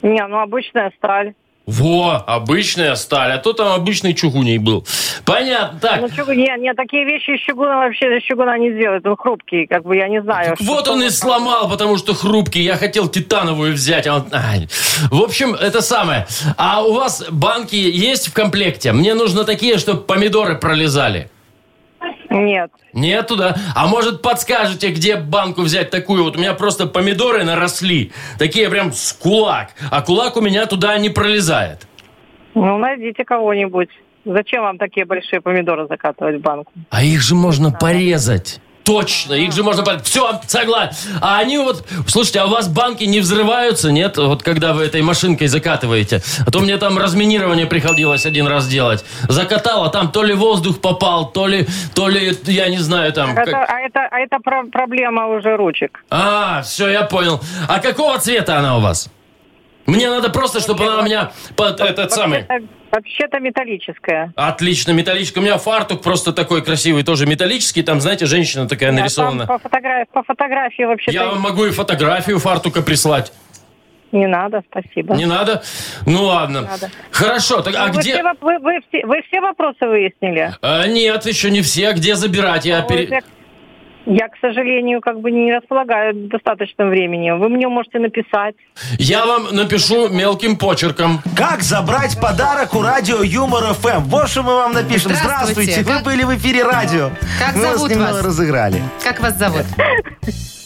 Speaker 9: Не, ну обычная сталь.
Speaker 2: Во, обычная сталь, а то там обычный чугуней был. Понятно, так.
Speaker 9: Ну, чугун, не, не, такие вещи из чугуна вообще из чугуна не сделают. Он хрупкий, как бы, я не знаю.
Speaker 2: Так вот
Speaker 9: что
Speaker 2: он и
Speaker 9: там.
Speaker 2: сломал, потому что хрупкий. Я хотел титановую взять. а он- ай. В общем, это самое. А у вас банки есть в комплекте? Мне нужно такие, чтобы помидоры пролезали.
Speaker 9: Нет.
Speaker 2: Нету, да? А может подскажете, где банку взять такую? Вот у меня просто помидоры наросли. Такие прям с кулак. А кулак у меня туда не пролезает.
Speaker 9: Ну, найдите кого-нибудь. Зачем вам такие большие помидоры закатывать в банку?
Speaker 2: А их же можно порезать. Точно, их же можно порезать. Все, согласен. А они вот... Слушайте, а у вас банки не взрываются, нет? Вот когда вы этой машинкой закатываете. А то мне там разминирование приходилось один раз делать. Закатала, там то ли воздух попал, то ли... То ли, я не знаю, там... как-
Speaker 9: Это, а это, а это про- проблема уже ручек.
Speaker 2: А, все, я понял. А какого цвета она у вас? Мне надо просто, чтобы она у меня под этот самый...
Speaker 9: Вообще-то, вообще-то металлическая.
Speaker 2: Отлично, металлический. У меня фартук просто такой красивый, тоже металлический. Там, знаете, женщина такая
Speaker 9: Да,
Speaker 2: нарисована.
Speaker 9: там По, фотогра- по фотографии вообще-то...
Speaker 2: Я вам могу и фотографию фартука прислать.
Speaker 9: Не надо, спасибо.
Speaker 2: Не надо? Ну ладно.
Speaker 9: Надо. Ну,
Speaker 2: Хорошо, так а
Speaker 9: вы,
Speaker 2: где...
Speaker 9: все, воп- вы, вы все, вы все вопросы выяснили?
Speaker 2: А, нет, еще не все. А Где забирать? Я
Speaker 9: Вот
Speaker 2: пере-
Speaker 9: я- Я, к сожалению, как бы не располагаю достаточным временем. Вы мне можете написать.
Speaker 2: Я вам напишу мелким почерком.
Speaker 4: Как забрать подарок у радио Юмор ФМ? Вот что мы вам напишем.
Speaker 3: Здравствуйте.
Speaker 4: Здравствуйте, вы
Speaker 3: Как-
Speaker 4: были в эфире радио.
Speaker 3: Как
Speaker 4: мы
Speaker 3: зовут
Speaker 4: вас немного
Speaker 3: вас?
Speaker 4: разыграли.
Speaker 3: Как вас зовут?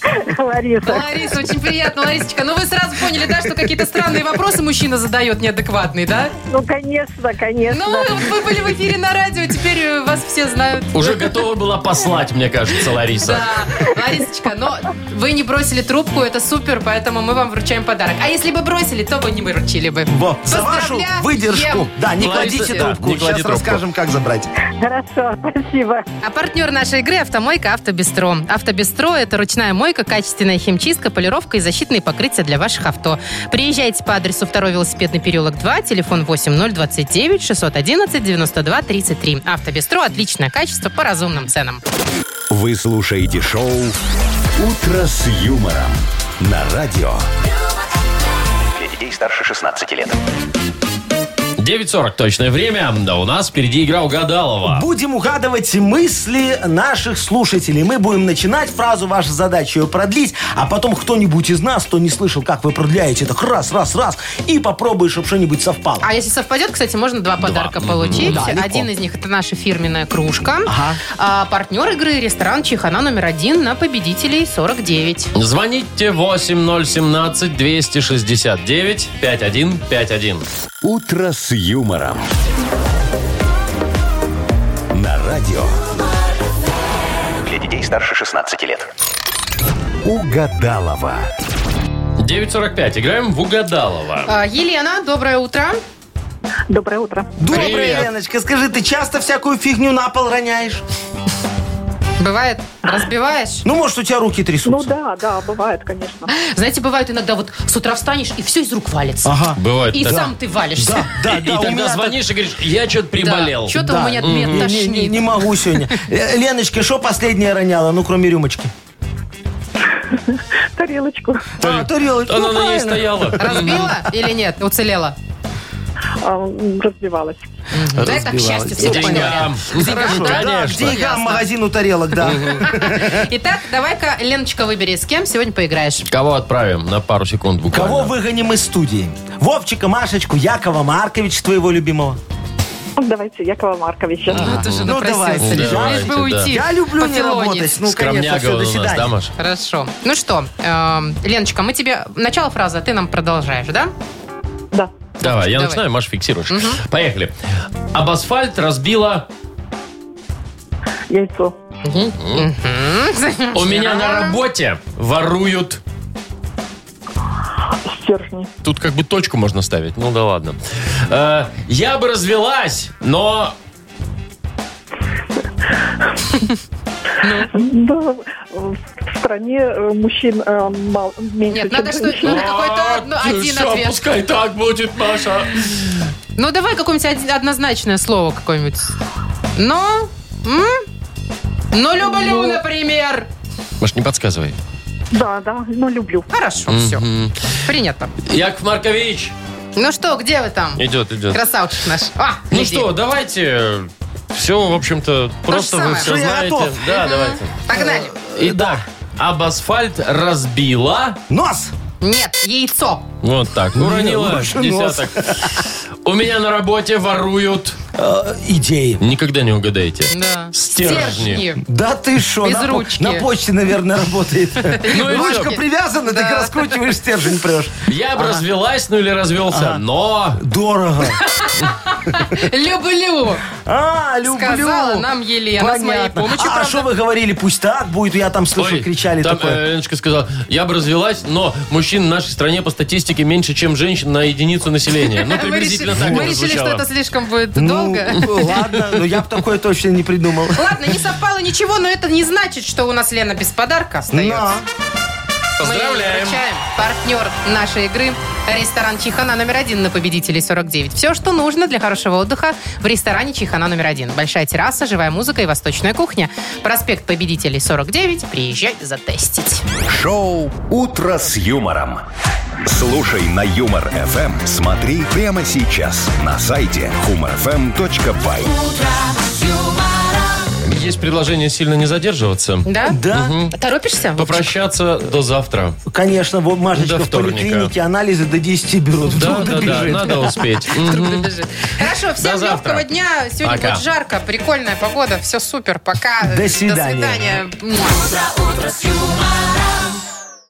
Speaker 9: Лариса.
Speaker 3: Лариса, очень приятно, Ларисочка. Ну вы сразу поняли, да, что какие-то странные вопросы мужчина задает неадекватные, да?
Speaker 9: Ну, конечно, конечно.
Speaker 3: Ну, вы- вы были в эфире на радио, теперь э, вас все знают.
Speaker 2: Уже готова была послать, мне кажется, Лариса.
Speaker 3: Да, Ларисочка, но вы не бросили трубку, это супер, поэтому мы вам вручаем подарок. А если бы бросили, то вы не выручили бы.
Speaker 4: Во, за вашу
Speaker 3: Поздравляем
Speaker 4: выдержку.
Speaker 3: всем.
Speaker 4: Да, не
Speaker 2: Лариса,
Speaker 4: кладите
Speaker 2: да,
Speaker 4: трубку.
Speaker 2: не клади
Speaker 4: Сейчас
Speaker 2: трубку.
Speaker 4: расскажем, как забрать.
Speaker 9: Хорошо, спасибо.
Speaker 3: А партнер нашей игры – автомойка «Автобестро». «Автобестро» – это ручная мойка, качественная химчистка, полировка и защитные покрытия для ваших авто. Приезжайте по адресу 2 велосипедный переулок 2, телефон 8029 611 92 33. «Автобестро» – отличное качество по разумным ценам.
Speaker 1: Вы слушаете шоу «Утро с юмором» на радио.
Speaker 5: Для детей старше 16 лет.
Speaker 2: 9.40 точное время. Да, у нас впереди игра угадалова.
Speaker 4: Будем угадывать мысли наших слушателей. Мы будем начинать фразу, ваша задача ее продлить, а потом кто-нибудь из нас, кто не слышал, как вы продляете, так раз, раз, раз, и попробуй, чтобы что-нибудь совпало.
Speaker 3: А если совпадет, кстати, можно два подарка получить.
Speaker 4: Да, легко.
Speaker 3: Один из них – это наша фирменная кружка.
Speaker 4: Ага.
Speaker 3: А партнер игры – ресторан «Чихана» номер один на победителей 49.
Speaker 2: Звоните 8017-269-5151.
Speaker 1: «Утро с юмором» на радио.
Speaker 5: Для детей старше 16 лет.
Speaker 1: Угадалова.
Speaker 2: 9.45. Играем в угадалова.
Speaker 3: А, Елена, доброе утро.
Speaker 9: Доброе утро.
Speaker 4: Доброе,
Speaker 2: Привет.
Speaker 4: Леночка, скажи, ты часто всякую фигню на пол роняешь?
Speaker 3: Бывает, разбиваешь.
Speaker 4: Ну, может, у тебя руки
Speaker 9: Ну
Speaker 4: трясутся?
Speaker 9: да, да, бывает, конечно.
Speaker 3: Знаете, бывает иногда вот с утра встанешь, и все из рук валится.
Speaker 4: Ага.
Speaker 2: Бывает
Speaker 3: И
Speaker 2: так.
Speaker 3: сам ты валишься.
Speaker 4: Да, да,
Speaker 2: И
Speaker 4: да, у
Speaker 2: тогда
Speaker 4: меня так- М-м.
Speaker 2: звонишь и говоришь, я что-то приболел.
Speaker 3: Что-то у меня от меня
Speaker 4: Не, не, не
Speaker 3: тошнит.
Speaker 4: могу сегодня. Э, Леночка, что последнее роняла, ну, кроме рюмочки?
Speaker 9: Тарелочку.
Speaker 4: А, тарелочку,
Speaker 2: Она
Speaker 4: ну,
Speaker 2: на ней
Speaker 4: правильно.
Speaker 2: стояла.
Speaker 3: Разбила или нет? Уцелела?
Speaker 9: а, м, Разбивалась.
Speaker 3: Да, это к счастью, все
Speaker 2: К деньгам.
Speaker 3: понятно. К деньгам,
Speaker 2: Хорошо,
Speaker 3: да?
Speaker 4: Да, к
Speaker 2: Конечно.
Speaker 4: деньгам,
Speaker 3: Ясно.
Speaker 4: магазину тарелок, да.
Speaker 3: Итак, давай-ка, Леночка, выбери, с кем сегодня поиграешь.
Speaker 2: Кого отправим на пару секунд буквально?
Speaker 4: Кого выгоним из студии? Вовчика, Машечку, Якова Марковича, твоего любимого.
Speaker 9: Ну, Давайте, Якова Марковича.
Speaker 3: Ну, ты же
Speaker 4: Ну,
Speaker 3: напросился.
Speaker 4: давайте,
Speaker 3: Лишь бы
Speaker 2: давайте, да.
Speaker 3: уйти.
Speaker 4: Я люблю не
Speaker 3: пофилонить.
Speaker 4: работать. Ну, конечно,
Speaker 2: Скромняга
Speaker 4: все,
Speaker 2: он
Speaker 4: до
Speaker 2: у нас, да,
Speaker 4: свидания.
Speaker 2: Маш?
Speaker 3: Хорошо. Ну что, эм, Леночка, мы тебе начало фразы, а ты нам продолжаешь, да?
Speaker 9: Да.
Speaker 2: Давай, я
Speaker 3: Давай.
Speaker 2: начинаю, Маш, фиксируешь. Поехали. Об асфальт разбила...
Speaker 9: Яйцо.
Speaker 2: У меня на работе воруют...
Speaker 9: Стержни.
Speaker 2: Тут как бы точку можно ставить. Ну да ладно. Э, я бы развелась, но...
Speaker 9: Да, э, в стране э, мужчин э, мал- меньше,
Speaker 3: Нет,
Speaker 9: чем
Speaker 3: надо что
Speaker 9: женщин.
Speaker 4: Ну,
Speaker 3: надо какой-то одно-
Speaker 2: А,
Speaker 3: один
Speaker 2: всё,
Speaker 3: ответ.
Speaker 2: пускай так будет, Маша.
Speaker 3: Ну, давай какое-нибудь один- однозначное слово какое-нибудь. Но... М? Ну, люблю, например.
Speaker 2: Маш, не подсказывай.
Speaker 9: Да, да, ну люблю.
Speaker 3: Хорошо, все. Принято.
Speaker 2: Яков Маркович.
Speaker 3: Ну что, где вы там?
Speaker 2: Идет, идет.
Speaker 3: Красавчик наш. А,
Speaker 2: Ну
Speaker 3: иди.
Speaker 2: что, давайте... Все, в общем-то, просто вы
Speaker 3: самое. Э,
Speaker 2: все
Speaker 4: Ну, я
Speaker 2: знаете.
Speaker 4: готов.
Speaker 2: Да, давайте.
Speaker 3: Погнали.
Speaker 2: Итак, об асфальт разбила.
Speaker 4: Нос!
Speaker 3: Нет, яйцо.
Speaker 2: Вот так. Уронила
Speaker 4: больше
Speaker 2: десяток. У меня на работе воруют.
Speaker 4: Э, Идеи.
Speaker 2: Никогда не угадаете.
Speaker 3: Да.
Speaker 2: Стержни.
Speaker 4: Да ты что,
Speaker 3: Без
Speaker 4: на, по-
Speaker 3: ручки.
Speaker 4: на почте, наверное, работает.
Speaker 2: Ну и
Speaker 4: Ручка
Speaker 2: всё.
Speaker 4: привязана, так раскручиваешь, стержень прешь.
Speaker 2: Я бы развелась, ну или развелся, но...
Speaker 4: Дорого.
Speaker 3: Люблю.
Speaker 4: А, люблю.
Speaker 3: Сказала нам Елена с моей
Speaker 4: Понятно.
Speaker 3: помощью,
Speaker 4: А что
Speaker 3: правда.
Speaker 4: вы говорили, пусть так будет, я там слышу,
Speaker 2: Ой,
Speaker 4: кричали
Speaker 2: там,
Speaker 4: такое.
Speaker 2: э, Леночка сказала, я бы развелась, но мужчин в нашей стране по статистике меньше, чем женщин на единицу населения. Ну,
Speaker 3: Мы
Speaker 2: приблизительно
Speaker 3: решили,
Speaker 2: так
Speaker 3: мы
Speaker 2: это
Speaker 3: решили, что
Speaker 2: звучало.
Speaker 3: это слишком будет
Speaker 4: Ну,
Speaker 3: долго.
Speaker 4: ладно, но я бы такое точно не придумал.
Speaker 3: Ладно, не совпало ничего, но это не значит, что у нас Лена без подарка остается.
Speaker 4: На.
Speaker 2: Поздравляем.
Speaker 3: Мы вручаем партнер нашей игры ресторан Чихана номер один на победителей 49. Все, что нужно для хорошего отдыха в ресторане Чихана номер один. Большая терраса, живая музыка и восточная кухня. Проспект победителей 49. Приезжай затестить.
Speaker 1: Шоу «Утро с юмором». Слушай на Юмор ФМ. Смотри прямо сейчас на сайте humorfm.by.
Speaker 2: Есть предложение сильно не задерживаться.
Speaker 3: Да?
Speaker 4: Да,
Speaker 3: Торопишься?
Speaker 2: Попрощаться до завтра.
Speaker 4: конечно, вот Машечка
Speaker 2: До
Speaker 4: в
Speaker 2: вторника.
Speaker 4: поликлинике анализы до 10 берут.
Speaker 2: Да,
Speaker 4: Вдруг
Speaker 2: да, да,
Speaker 4: добежит.
Speaker 2: надо успеть.
Speaker 3: Вдруг
Speaker 2: Мгм.
Speaker 3: добежит. Хорошо, всем
Speaker 2: До завтра.
Speaker 3: легкого дня. Сегодня
Speaker 2: Пока.
Speaker 3: будет жарко, прикольная погода, все супер. Пока.
Speaker 4: До свидания.
Speaker 3: До свидания. Муа.
Speaker 10: утро с юмором.